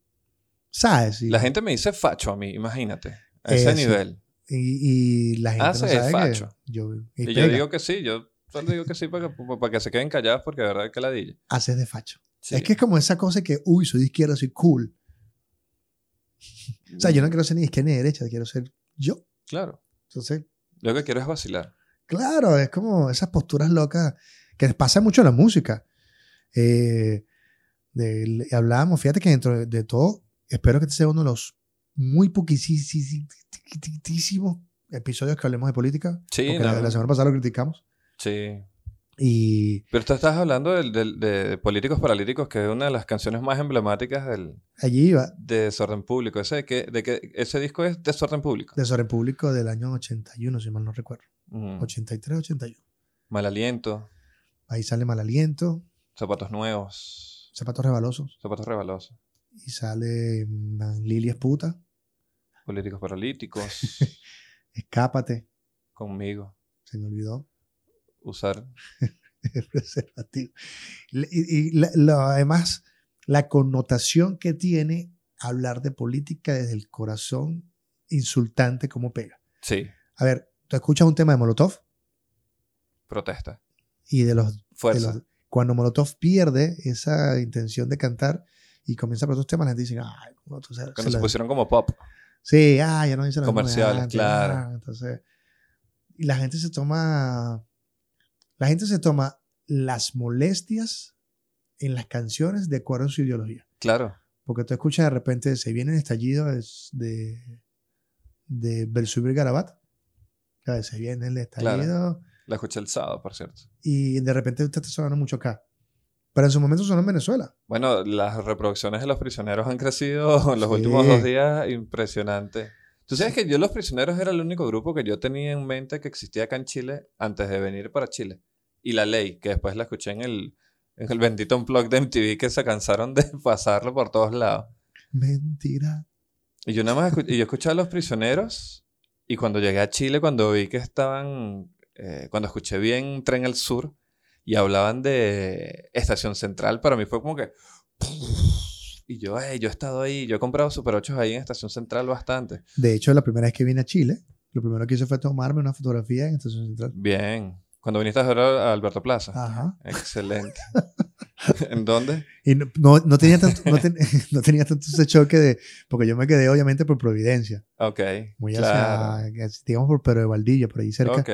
Speaker 2: ¿Sabes? Y-
Speaker 1: La gente me dice facho a mí, imagínate, a ese
Speaker 2: Eh, sí.
Speaker 1: nivel.
Speaker 2: Y, y la gente
Speaker 1: Hace
Speaker 2: no
Speaker 1: el
Speaker 2: sabe que
Speaker 1: facho.
Speaker 2: yo, y
Speaker 1: Y, yo
Speaker 2: pega,
Speaker 1: digo que sí, yo solo digo que sí para que, para que se queden callados porque de verdad que la dije.
Speaker 2: haces de facho. Es que es como esa cosa que, uy, soy de izquierda, soy cool. (laughs) O sea,
Speaker 1: Mm.
Speaker 2: yo no quiero ser ni de izquierda ni de derecha, quiero ser yo.
Speaker 1: Claro,
Speaker 2: Entonces,
Speaker 1: yo lo que quiero es vacilar.
Speaker 2: claro, es como esas posturas locas que les pasa mucho en la música. Eh, del- hablábamos, fíjate que dentro de, de todo, espero que este sea uno de los muy poquísimos episodios que hablemos de política.
Speaker 1: Sí,
Speaker 2: porque
Speaker 1: no.
Speaker 2: la, la semana pasada lo criticamos.
Speaker 1: Sí.
Speaker 2: Y
Speaker 1: Pero tú estás hablando del- del- de, Políticos Paralíticos, que es una de las canciones más emblemáticas del,
Speaker 2: allí iba,
Speaker 1: de Desorden Público. Ese, de que, de que, ese disco es Desorden Público.
Speaker 2: Desorden Público del año 81, si mal no recuerdo.
Speaker 1: Mm.
Speaker 2: Oh, 83, 81.
Speaker 1: Mal aliento,
Speaker 2: Ahí sale Mal Aliento,
Speaker 1: zapatos nuevos,
Speaker 2: Zapatos Rebalosos,
Speaker 1: zapatos rebalosos,
Speaker 2: y sale mm, Lili es puta,
Speaker 1: Políticos Paralíticos,
Speaker 2: Escápate,
Speaker 1: conmigo,
Speaker 2: se me olvidó,
Speaker 1: usar.
Speaker 2: (laughs) el preservativo. Le- Y, y la- lo- además, la connotación que tiene hablar de política desde el corazón insultante como pega.
Speaker 1: Sí,
Speaker 2: A ver, tú escuchas un tema de Molotov
Speaker 1: protesta.
Speaker 2: y de los de
Speaker 1: Fuerza.
Speaker 2: los- cuando Molotov pierde esa intención de cantar y comienza por otros temas, la gente dice, ay, no, tú sabes,
Speaker 1: Cuando
Speaker 2: se
Speaker 1: se
Speaker 2: la-
Speaker 1: pusieron como pop.
Speaker 2: sí, ah, ya no dicen lo mismo de
Speaker 1: Comerciales,
Speaker 2: antes,
Speaker 1: claro.
Speaker 2: ah", entonces, y la gente se toma, la gente se toma las molestias en las canciones de acuerdo a su ideología.
Speaker 1: Claro.
Speaker 2: Porque tú escuchas de repente, se vienen estallidos de, de Belsubir Garabat. Claro, se viene el estallido
Speaker 1: La escuché el sábado, por cierto.
Speaker 2: y de repente usted está sonando mucho acá. Pero en su momento sonó en Venezuela.
Speaker 1: Bueno, las reproducciones de Los Prisioneros han crecido (laughs) en los
Speaker 2: Sí.
Speaker 1: últimos dos días. Impresionante. Tú sabes que yo Los Prisioneros era el único grupo que yo tenía en mente que existía acá en Chile antes de venir para Chile. Y La Ley, que después la escuché en el, en el bendito unplug de MTV que se cansaron de (laughs) pasarlo por todos lados.
Speaker 2: Mentira.
Speaker 1: Y yo nada más escu- y yo escuchaba a Los Prisioneros y cuando llegué a Chile, cuando vi que estaban, eh, cuando escuché bien Tren al Sur y hablaban de Estación Central, para mí fue como que... Y yo, "Ey, yo he estado ahí, yo he comprado Super 8 ahí en Estación Central bastante.
Speaker 2: De hecho, la primera vez que vine a Chile, lo primero que hice fue tomarme una fotografía en Estación Central.
Speaker 1: Bien. Cuando viniste a ver a Alberto Plaza.
Speaker 2: Ajá. (laughs)
Speaker 1: Excelente. ¿En dónde?
Speaker 2: Y no, no- no tenía tanto, no, ten- (laughs) no tenía tanto ese choque de. Porque yo me quedé, obviamente, por Providencia.
Speaker 1: Ok.
Speaker 2: Muy
Speaker 1: claro.
Speaker 2: hacia. Digamos, por Pedro de Valdivia, por ahí cerca.
Speaker 1: Ok.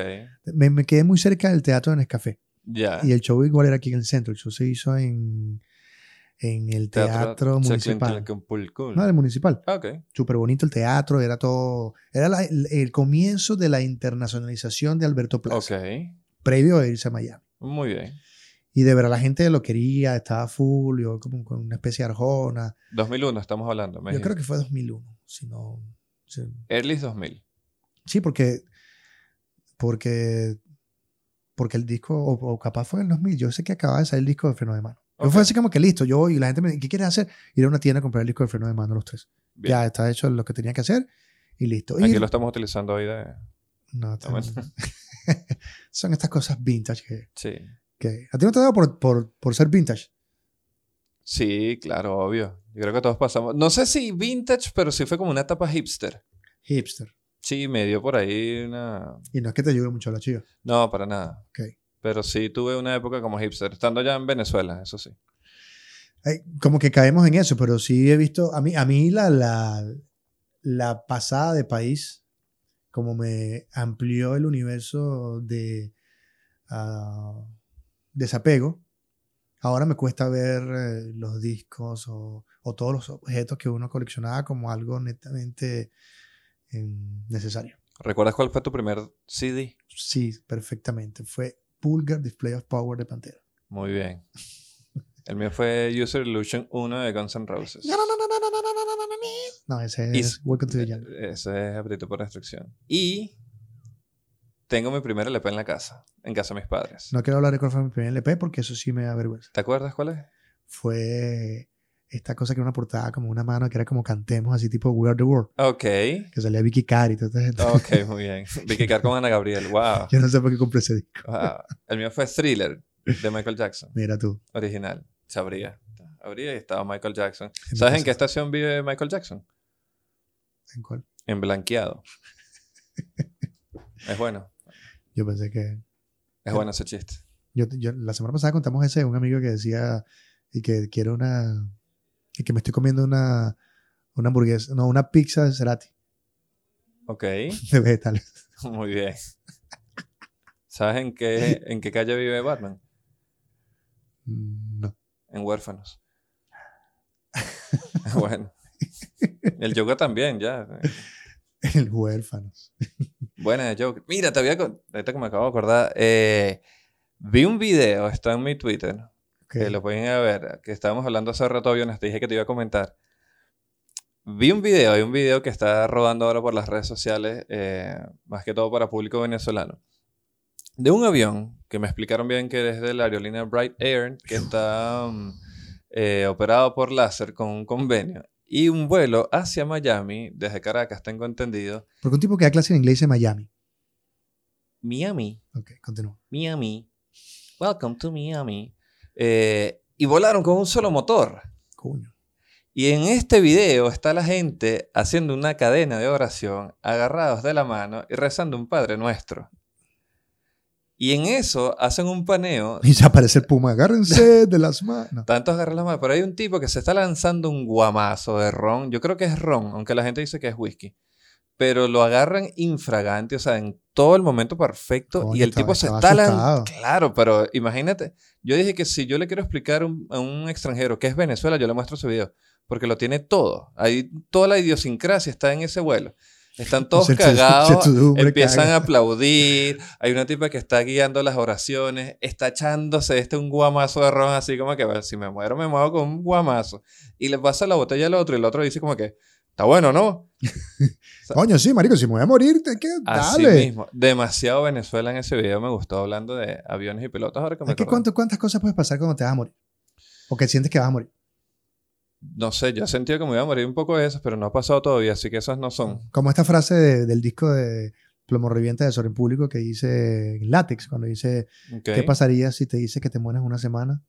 Speaker 2: Me, me quedé muy cerca del teatro en Escafé.
Speaker 1: Ya.
Speaker 2: Y el show igual era aquí en el centro. El show se hizo en, en el teatro, municipal.
Speaker 1: Chaclintelcumpulcún.
Speaker 2: No, el municipal.
Speaker 1: Ok.
Speaker 2: Súper bonito el teatro, era todo. Era la- el, el comienzo de la internacionalización de Alberto
Speaker 1: Ok.
Speaker 2: Plaza, previo a irse a Miami.
Speaker 1: Muy bien.
Speaker 2: Y de verdad la gente lo quería, estaba full, yo como con una especie de arjona.
Speaker 1: 2001 estamos hablando. me
Speaker 2: Yo
Speaker 1: dijiste.
Speaker 2: creo que fue 2001, si no. si-
Speaker 1: Early 2000.
Speaker 2: Sí, porque. Porque. Porque el disco, o, o capaz fue en el 2000, yo sé que acababa de salir el disco de freno de mano. Yo
Speaker 1: Ok.
Speaker 2: fue así como que listo, yo y la gente me dice, ¿qué quieres hacer? Ir a una tienda a comprar el disco de freno de mano los tres.
Speaker 1: Bien.
Speaker 2: Ya está hecho lo que tenía que hacer y listo. Y-
Speaker 1: Aquí lo estamos utilizando hoy de...
Speaker 2: No, está
Speaker 1: bueno.
Speaker 2: bien. (laughs) Son estas cosas vintage que,
Speaker 1: Sí.
Speaker 2: que- ¿A ti no te ha dado por, por, por ser vintage?
Speaker 1: Sí, claro, obvio. Yo creo que todos pasamos. No sé si vintage, pero sí fue como una etapa hipster.
Speaker 2: Hipster.
Speaker 1: Sí, me dio por ahí una...
Speaker 2: Y no es que te ayude mucho la chiva.
Speaker 1: No, para nada.
Speaker 2: Ok.
Speaker 1: Pero sí tuve una época como hipster, estando ya en Venezuela, eso sí.
Speaker 2: Ay, como que caemos en eso, pero sí he visto... A mí, a mí la, la, la pasada de país como me amplió el universo de ah, desapego. Ahora me cuesta ver eh, los discos o, o todos los objetos que uno coleccionaba como algo netamente em, necesario.
Speaker 1: ¿Recuerdas cuál fue tu primer CD?
Speaker 2: Sí, perfectamente. Fue Pulgar Display of Power de Pantera.
Speaker 1: Muy bien. El mío fue User Illusion 1 de Guns N' Roses.
Speaker 2: No, no, no, no, no, no, no, no, no, no, no, no. No, ese
Speaker 1: Y-
Speaker 2: es Welcome to the Jungle.
Speaker 1: E- Ese es apetito por restricción. Y tengo mi primer LP en la casa, en casa de mis padres.
Speaker 2: No quiero hablar de cuál fue mi primer LP porque eso sí me da vergüenza.
Speaker 1: ¿Te acuerdas cuál es?
Speaker 2: Fue esta cosa que era una portada como una mano que era como cantemos así tipo We Are the World,
Speaker 1: Ok.
Speaker 2: que salía Vicky Carr y toda esta gente.
Speaker 1: Ok, muy
Speaker 2: (laughs)
Speaker 1: bien. Vicky Carr con Ana Gabriel. Wow.
Speaker 2: Yo no sé por qué compré ese disco.
Speaker 1: Wow. El mío fue Thriller de Michael Jackson,
Speaker 2: Mira tú.
Speaker 1: original. Se abría. Abría y estaba Michael Jackson.
Speaker 2: mi
Speaker 1: ¿Sabes en
Speaker 2: casa.
Speaker 1: qué estación vive Michael Jackson?
Speaker 2: ¿En cuál?
Speaker 1: En
Speaker 2: (laughs)
Speaker 1: blanqueado. Es bueno.
Speaker 2: Yo pensé que...
Speaker 1: Es bueno ese chiste.
Speaker 2: Yo, yo- la semana pasada contamos ese de un amigo que decía y que quiero una... y que me estoy comiendo una, una hamburguesa, no, una pizza de Cerati, (laughs)
Speaker 1: Ok.
Speaker 2: de vegetales.
Speaker 1: Muy bien. ¿Sabes en qué, en qué calle vive Batman?
Speaker 2: Mm, No.
Speaker 1: En Huérfanos. (laughs) Bueno. El Joker también, ya.
Speaker 2: El huérfano.
Speaker 1: Buena, Joker. Mira, te había. con- Ahorita que me acabo de acordar. eh, vi un video, está en mi Twitter,
Speaker 2: Ok.
Speaker 1: que lo pueden ir a ver, que estábamos hablando hace rato de aviones, te dije que te iba a comentar. Vi un video, hay un video que está rodando ahora por las redes sociales, eh, más que todo para público venezolano, de un avión que me explicaron bien que es de la aerolínea Bright Air, que está mm, eh, operado por láser con un convenio, y un vuelo hacia Miami, desde Caracas, tengo entendido,
Speaker 2: Porque un tipo que da clase en inglés en Miami.
Speaker 1: Miami,
Speaker 2: Ok, continúa.
Speaker 1: Miami, welcome to Miami, Eh, y volaron con un solo motor.
Speaker 2: Coño.
Speaker 1: Y en este video está la gente haciendo una cadena de oración, agarrados de la mano y rezando un Padre Nuestro. Y en eso hacen un paneo.
Speaker 2: (laughs) Y se aparece el puma,
Speaker 1: (laughs)
Speaker 2: agárrense de las manos.
Speaker 1: Tantos agarran las manos, pero hay un tipo que se está lanzando un guamazo de ron. Yo creo que es ron, aunque la gente dice que es whisky. Pero lo agarran infragante, o sea, en todo el momento perfecto.
Speaker 2: Coño,
Speaker 1: y el
Speaker 2: estaba-
Speaker 1: tipo se
Speaker 2: estaba
Speaker 1: está lanzando.
Speaker 2: asustado.
Speaker 1: Claro, pero imagínate. Yo dije que si yo le quiero explicar un- a un extranjero que es Venezuela, yo le muestro ese video. Porque lo tiene todo. Ahí toda la idiosincrasia está en ese vuelo.
Speaker 2: (laughs)
Speaker 1: Están todos
Speaker 2: Incertidumbre,
Speaker 1: cagados,
Speaker 2: incertidumbre,
Speaker 1: Empiezan
Speaker 2: caga.
Speaker 1: a aplaudir. Hay una tipa que está guiando las oraciones. Está echándose este un guamazo de ron, así como que "Bueno, si me muero, me muero con un guamazo. Y le pasa la botella al otro y el otro dice como que, está bueno, ¿no?
Speaker 2: Coño, sí, marico, si me voy a morir, te que
Speaker 1: Así
Speaker 2: dale.
Speaker 1: mismo. Demasiado Venezuela en ese video me gustó hablando de aviones y pelotas. Ahora que me
Speaker 2: Es que
Speaker 1: acordé.
Speaker 2: cuánto- ¿Cuántas cosas puedes pasar cuando te vas a morir? O que sientes que vas a morir.
Speaker 1: No sé, yo he sentido que me iba a morir un poco de esas, pero no ha pasado todavía, así que esas no son.
Speaker 2: Como esta frase de- del disco de Plomo Revienta de Sol en Público que dice en Látex, cuando dice,
Speaker 1: Ok.
Speaker 2: ¿qué pasaría si te dice que te mueres una semana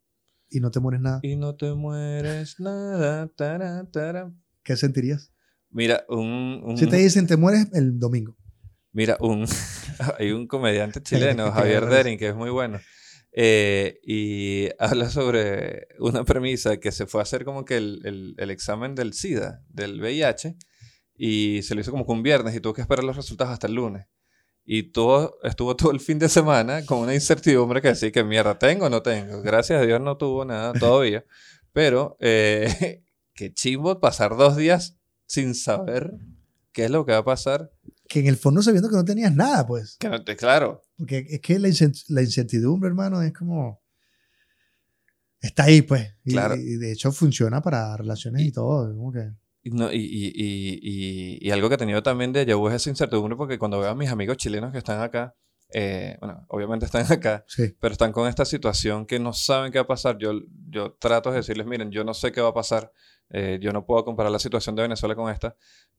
Speaker 2: y no te mueres nada?
Speaker 1: Y no te mueres nada. tará, tará.
Speaker 2: ¿Qué sentirías?
Speaker 1: Mira, un, un-
Speaker 2: Si te dicen, te mueres el domingo.
Speaker 1: Mira, un, (laughs) hay un comediante (laughs) chileno,
Speaker 2: que
Speaker 1: Javier
Speaker 2: agarras.
Speaker 1: Derin, que es muy bueno. eh, y (laughs) habla sobre una premisa que se fue a hacer como que el, el- el examen del SIDA, del VIH, y se lo hizo como que un viernes y tuvo que esperar los resultados hasta el lunes. Y todo, estuvo todo el fin de semana con una incertidumbre que decía que mierda, tengo o no tengo. Gracias a Dios no tuvo nada (laughs) todavía. Pero eh, (laughs) qué chimbo pasar dos días sin saber qué es lo que va a pasar.
Speaker 2: Que en el fondo sabiendo que no tenías nada, pues.
Speaker 1: Que no te, claro,
Speaker 2: Porque es que la, incen- la incertidumbre, hermano, es como... Está ahí, pues. Y,
Speaker 1: Claro.
Speaker 2: y de hecho funciona para relaciones y, todo. es como que-
Speaker 1: Y, no- y, y- y- y- y algo que he tenido también de vu es esa incertidumbre, porque cuando veo a mis amigos chilenos que están acá, eh, bueno, obviamente están (laughs) acá,
Speaker 2: sí.
Speaker 1: pero están con esta situación que no saben qué va a pasar. Yo, yo trato de decirles, miren, yo no sé qué va a pasar, eh, yo no puedo comparar la situación de Venezuela con esta,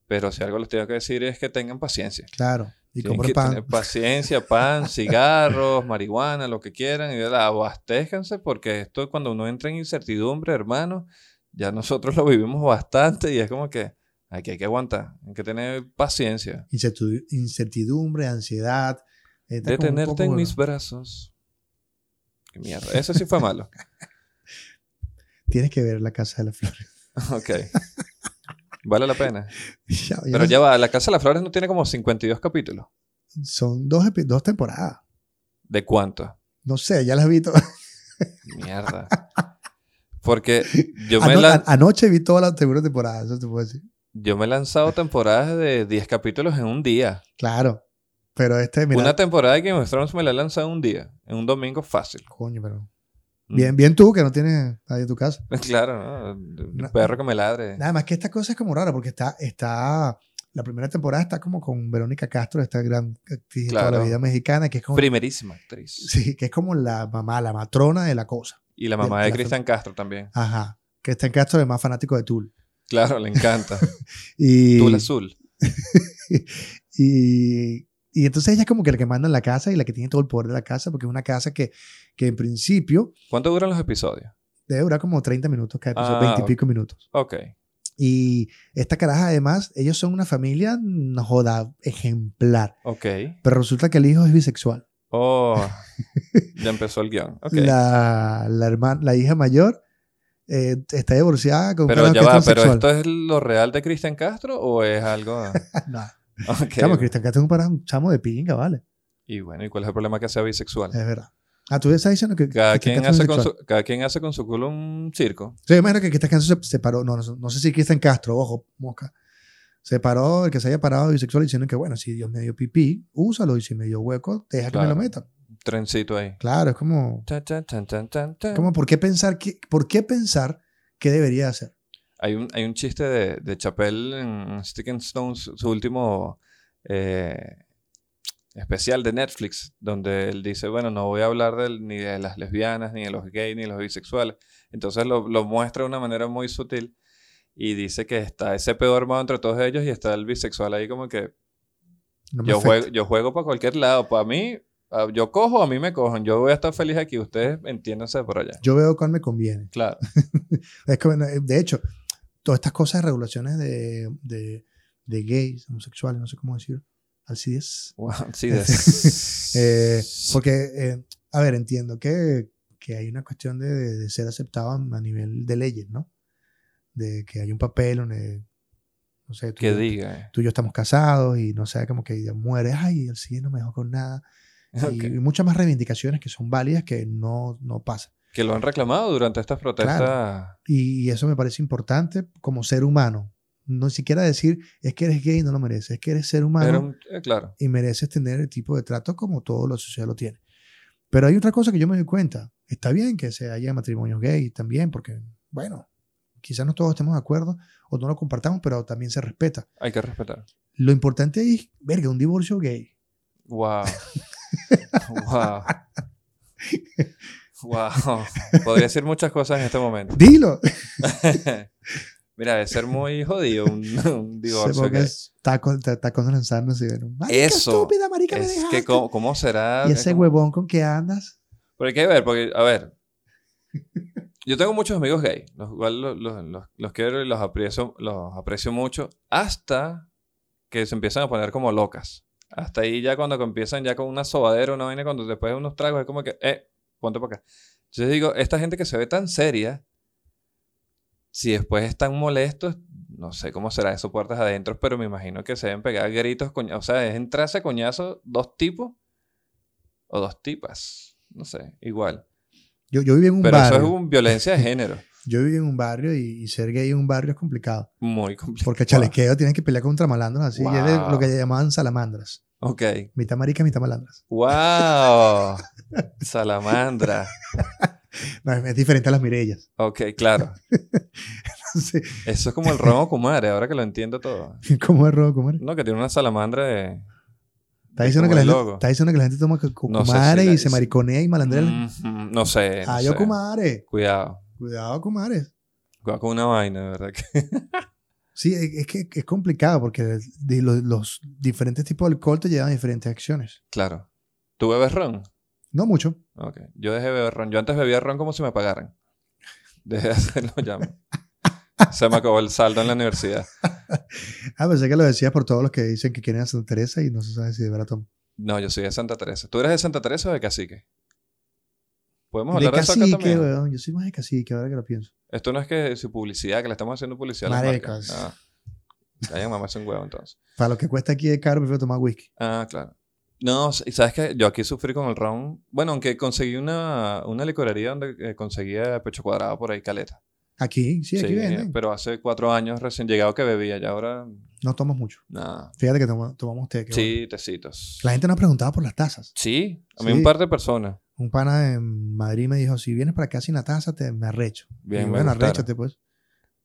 Speaker 1: pero si algo les tengo que decir es que tengan paciencia.
Speaker 2: Claro. Y
Speaker 1: Tienen
Speaker 2: compra
Speaker 1: que
Speaker 2: pan.
Speaker 1: tener paciencia,
Speaker 2: (laughs)
Speaker 1: pan, cigarros, marihuana, lo que quieran, y ¿verdad? abastézcanse porque esto cuando uno entra en incertidumbre, hermano, ya nosotros lo vivimos bastante y es como que aquí hay que aguantar, hay que tener paciencia.
Speaker 2: Incertu- incertidumbre, ansiedad. eh, está como un
Speaker 1: Detenerte
Speaker 2: poco,
Speaker 1: en
Speaker 2: bueno.
Speaker 1: mis brazos. Qué mierda, eso sí fue
Speaker 2: (laughs)
Speaker 1: malo.
Speaker 2: Tienes que ver la Casa de las Flores. (laughs)
Speaker 1: Ok. Vale la pena.
Speaker 2: Ya- ya
Speaker 1: Pero
Speaker 2: no-
Speaker 1: ya va, La Casa de las Flores no tiene como 52 capítulos.
Speaker 2: Son dos, epi- dos temporadas.
Speaker 1: ¿De cuánto?
Speaker 2: No sé, ya las vi todas. (laughs)
Speaker 1: Mierda. Porque yo me
Speaker 2: Ano-
Speaker 1: la...
Speaker 2: a- Anoche vi toda la segunda temporada, eso te puedo decir.
Speaker 1: Yo me he lanzado temporadas de 10 capítulos en un día.
Speaker 2: Claro. Pero este, mira,
Speaker 1: Una temporada de Game of Thrones me la he lanzado en un día. En un domingo fácil.
Speaker 2: coño, pero...
Speaker 1: Mm.
Speaker 2: Bien, bien tú, que no tienes nadie en tu casa.
Speaker 1: (laughs) Claro, ¿no? Un
Speaker 2: Na-
Speaker 1: perro que me ladre.
Speaker 2: Nada más que esta cosa es como rara, porque está, está, la primera temporada está como con Verónica Castro, esta gran actriz de toda
Speaker 1: Claro.
Speaker 2: la vida mexicana, que es como,
Speaker 1: Primerísima actriz.
Speaker 2: sí, que es como la mamá, la matrona de la cosa.
Speaker 1: Y la mamá
Speaker 2: de-
Speaker 1: de
Speaker 2: de la
Speaker 1: Cristian Castro también.
Speaker 2: Ajá. Que está en Castro, es más fanático de Tool.
Speaker 1: Claro, le encanta.
Speaker 2: (laughs) Y,
Speaker 1: Tula Azul.
Speaker 2: y, y entonces ella es como que la que manda en la casa y la que tiene todo el poder de la casa, porque es una casa que, que en principio
Speaker 1: ¿Cuánto duran los episodios?
Speaker 2: debe durar como 30 minutos cada episodio,
Speaker 1: Ah,
Speaker 2: 20 y
Speaker 1: ok.
Speaker 2: pico minutos.
Speaker 1: Ok.
Speaker 2: Y esta caraja, además, ellos son una familia, no joda, ejemplar.
Speaker 1: Ok.
Speaker 2: Pero resulta que el hijo es bisexual.
Speaker 1: Oh. ya empezó el guión. Ok.
Speaker 2: La, la, hermana, la hija mayor eh, está divorciada con
Speaker 1: Pero
Speaker 2: un
Speaker 1: ya
Speaker 2: carajo que
Speaker 1: va,
Speaker 2: es
Speaker 1: ¿pero
Speaker 2: transexual.
Speaker 1: esto es lo real de Cristian Castro o es
Speaker 2: (laughs)
Speaker 1: algo...?
Speaker 2: Ah, No,
Speaker 1: Ok.
Speaker 2: chamo, Cristian Castro es un para- un chamo de pinga, ¿vale?
Speaker 1: Y bueno, ¿y cuál es el problema que sea bisexual?
Speaker 2: Es verdad. Ah, tú estás diciendo que
Speaker 1: Cada
Speaker 2: Cristian
Speaker 1: quien,
Speaker 2: Castro es
Speaker 1: hace con
Speaker 2: bisexual.
Speaker 1: su, cada quien hace con su culo un circo.
Speaker 2: Sí, yo imagino que Cristian Castro se separó. No, no, no sé si Cristian Castro, ojo, mosca. Se paró, el que se haya parado bisexual diciendo que, bueno, si Dios me dio pipí, úsalo. Y si me dio hueco, deja que me
Speaker 1: Claro.
Speaker 2: lo metan.
Speaker 1: Trencito ahí.
Speaker 2: Claro, es como,
Speaker 1: Chan, chan, chan, chan, chan, chan.
Speaker 2: como ¿por qué pensar que, por qué pensar que debería hacer?
Speaker 1: Hay, un, hay un chiste de, de Chappelle en Stick and Stones, su último eh, especial de Netflix, donde él dice, bueno, no voy a hablar del- ni de las lesbianas, ni de los gays, ni de los bisexuales. Entonces lo, lo muestra de una manera muy sutil y dice que está ese pedo armado entre todos ellos y está el bisexual ahí como que
Speaker 2: No me
Speaker 1: Yo
Speaker 2: afecta.
Speaker 1: juego, yo juego para cualquier lado. Para mí, a- yo cojo, a mí me cojan. Yo voy a estar feliz aquí. Ustedes entiéndanse por allá.
Speaker 2: Yo veo cuál me conviene.
Speaker 1: Claro.
Speaker 2: Es que, bueno, eh, de hecho, todas estas cosas de regulaciones de, de, de gays, homosexuales, no sé cómo decir, alcides.
Speaker 1: (laughs) Wow, sí,
Speaker 2: (laughs)
Speaker 1: des-
Speaker 2: Eh, porque, eh, a ver, entiendo que, que hay una cuestión de, de- de ser aceptado a nivel de leyes, ¿no? De que hay un papel donde, no sé, tú,
Speaker 1: que diga. eh.
Speaker 2: tú y yo estamos casados y no sé, como que ya mueres, ay, el sí no me dejó con nada.
Speaker 1: (laughs) Ok.
Speaker 2: Y muchas más reivindicaciones que son válidas que no, no pasan.
Speaker 1: Que lo han reclamado durante estas protestas.
Speaker 2: Y, y eso me parece importante como ser humano. No siquiera decir, es que eres gay y no lo mereces, es que eres ser humano.
Speaker 1: Era un- eh, claro.
Speaker 2: y mereces tener el tipo de trato como toda la sociedad lo tiene. Pero hay otra cosa que yo me doy cuenta. Está bien que se haya matrimonios gay también, porque, bueno, quizás no todos estemos de acuerdo o no lo compartamos, pero también se respeta.
Speaker 1: Hay que respetar.
Speaker 2: Lo importante es, verga, un divorcio gay. (laughs)
Speaker 1: Wow. wow. Wow. Podría decir muchas cosas en este momento. (laughs)
Speaker 2: Dilo. (laughs)
Speaker 1: Mira, debe ser muy jodido un, un divorcio.
Speaker 2: Porque
Speaker 1: gay.
Speaker 2: es tacos, ta- tacos lanzándose y ven, "Marica,
Speaker 1: Eso.
Speaker 2: estúpida, marica, me
Speaker 1: Es que
Speaker 2: dejaste".
Speaker 1: cómo, cómo será.
Speaker 2: Y
Speaker 1: Es
Speaker 2: ese
Speaker 1: como-
Speaker 2: huevón con que andas.
Speaker 1: Pero hay que ver, porque, a ver. Yo tengo muchos amigos gay, los cuales los, los, los- los quiero y los aprecio, los aprecio mucho, hasta que se empiezan a poner como locas. Hasta ahí ya cuando empiezan ya con una sobadera, una vaina, cuando después de unos tragos es como que, eh, ponte para acá. Yo digo, esta gente que se ve tan seria, si después están molestos, no sé cómo será eso puertas adentro, pero me imagino que se deben pegar gritos, coña- o sea, es entrarse a coñazo dos tipos o dos tipas, no sé, igual.
Speaker 2: Yo, yo viví en un
Speaker 1: Pero eso
Speaker 2: barrio.
Speaker 1: es un violencia de género,
Speaker 2: Yo viví en un barrio y, y ser gay en un barrio es
Speaker 1: (laughs)
Speaker 2: complicado.
Speaker 1: muy complicado.
Speaker 2: Porque chalequeo tienes que pelear contra malandros así. y eres
Speaker 1: Wow.
Speaker 2: lo que llamaban salamandras.
Speaker 1: Ok,
Speaker 2: Mitad marica, mitad malandras.
Speaker 1: wow, salamandra,
Speaker 2: No, es, es diferente a las Mirellas. (laughs)
Speaker 1: ok, claro.
Speaker 2: Entonces,
Speaker 1: Eso es como el Romo Kumare, ahora que lo entiendo todo.
Speaker 2: ¿Cómo es robo? ¿Cómo era?
Speaker 1: No, que tiene una salamandra de...
Speaker 2: ¿Estás diciendo,
Speaker 1: como
Speaker 2: que la
Speaker 1: el
Speaker 2: gente-
Speaker 1: logo.
Speaker 2: estás diciendo que la gente toma cu-
Speaker 1: No sé
Speaker 2: cumare
Speaker 1: si la-
Speaker 2: y se mariconea y malandrea.
Speaker 1: Mm, no sé, no
Speaker 2: ah, yo
Speaker 1: sé.
Speaker 2: cumare.
Speaker 1: Cuidado.
Speaker 2: Cuidado, cumare.
Speaker 1: Cuidado con una vaina, de verdad. que-
Speaker 2: Sí, es es que es complicado porque de los, los diferentes tipos de alcohol te llevan a diferentes acciones.
Speaker 1: Claro. ¿Tú bebes ron?
Speaker 2: No mucho.
Speaker 1: Ok. Yo dejé de beber ron. Yo antes bebía ron como si me pagaran. Dejé de hacerlo ya. Se me acabó el saldo en la universidad.
Speaker 2: Ah, pensé que lo decías por todos los que dicen que quieren a Santa Teresa y no se sabe si de verdad toman.
Speaker 1: No, yo soy de Santa Teresa. ¿Tú eres de Santa Teresa o de Cacique? Podemos
Speaker 2: De
Speaker 1: hablar de, eso acá
Speaker 2: cacique,
Speaker 1: también.
Speaker 2: weón. Yo soy más de cacique ahora que lo pienso.
Speaker 1: Esto no es que su publicidad, que le estamos haciendo publicidad a Ah, las
Speaker 2: Maricas.
Speaker 1: marcas. No. Vayan a mamarse un huevo entonces.
Speaker 2: Para lo que cuesta aquí de caro, prefiero tomar whisky.
Speaker 1: Ah, claro. No, s- y sabes que yo aquí sufrí con el ron. Bueno, aunque conseguí una, una licorería donde eh, conseguía pecho cuadrado por ahí, caleta.
Speaker 2: Aquí, sí, aquí
Speaker 1: Sí,
Speaker 2: venden.
Speaker 1: pero hace cuatro años recién llegado que bebía y ahora
Speaker 2: No tomas mucho.
Speaker 1: nada.
Speaker 2: Fíjate que tomo- tomamos té. qué bueno.
Speaker 1: Sí, tecitos.
Speaker 2: La gente nos preguntaba por las tazas.
Speaker 1: Sí, a mí
Speaker 2: Sí.
Speaker 1: un par de personas.
Speaker 2: un pana en Madrid me dijo, si vienes para acá sin la taza, te, me arrecho.
Speaker 1: Bien,
Speaker 2: Y
Speaker 1: me
Speaker 2: bueno,
Speaker 1: gustaron.
Speaker 2: arréchate pues.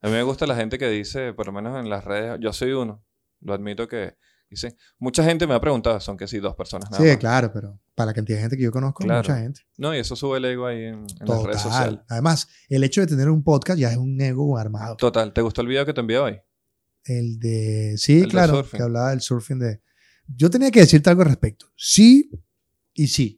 Speaker 1: A mí me gusta la gente que dice, por lo menos en las redes, yo soy uno. Lo admito que dice, mucha gente me ha preguntado, son que sí, dos personas nada
Speaker 2: sí,
Speaker 1: más.
Speaker 2: claro, pero para la cantidad de gente que yo conozco,
Speaker 1: Claro.
Speaker 2: mucha gente.
Speaker 1: No, y eso sube el ego ahí en, en las redes sociales.
Speaker 2: Total. Además, el hecho de tener un podcast ya es un ego armado.
Speaker 1: Total, ¿te gustó el video que te envié hoy?
Speaker 2: El de... Sí,
Speaker 1: El de
Speaker 2: claro,
Speaker 1: surfing.
Speaker 2: que hablaba del surfing de... Yo tenía que decirte algo al respecto. Sí y sí.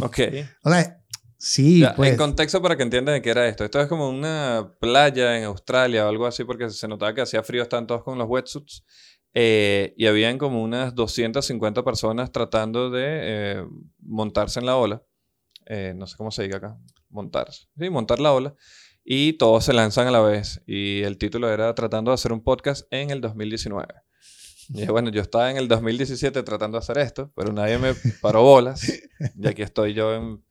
Speaker 1: Ok.
Speaker 2: O sea, sí,
Speaker 1: Ya,
Speaker 2: pues.
Speaker 1: En contexto para que entiendan de qué era esto. Esto es como una playa en Australia o algo así porque se notaba que hacía frío, estaban todos con los wetsuits. eh, y habían como unas 250 personas tratando de eh, montarse en la ola. Eh, no sé cómo se diga acá. Montarse. Sí, montar la ola. Y todos se lanzan a la vez. Y el título era Tratando de hacer un podcast en el 2019. Y dije, bueno, yo estaba en el 2017 tratando de hacer esto, pero nadie me paró bolas. Y aquí estoy yo en-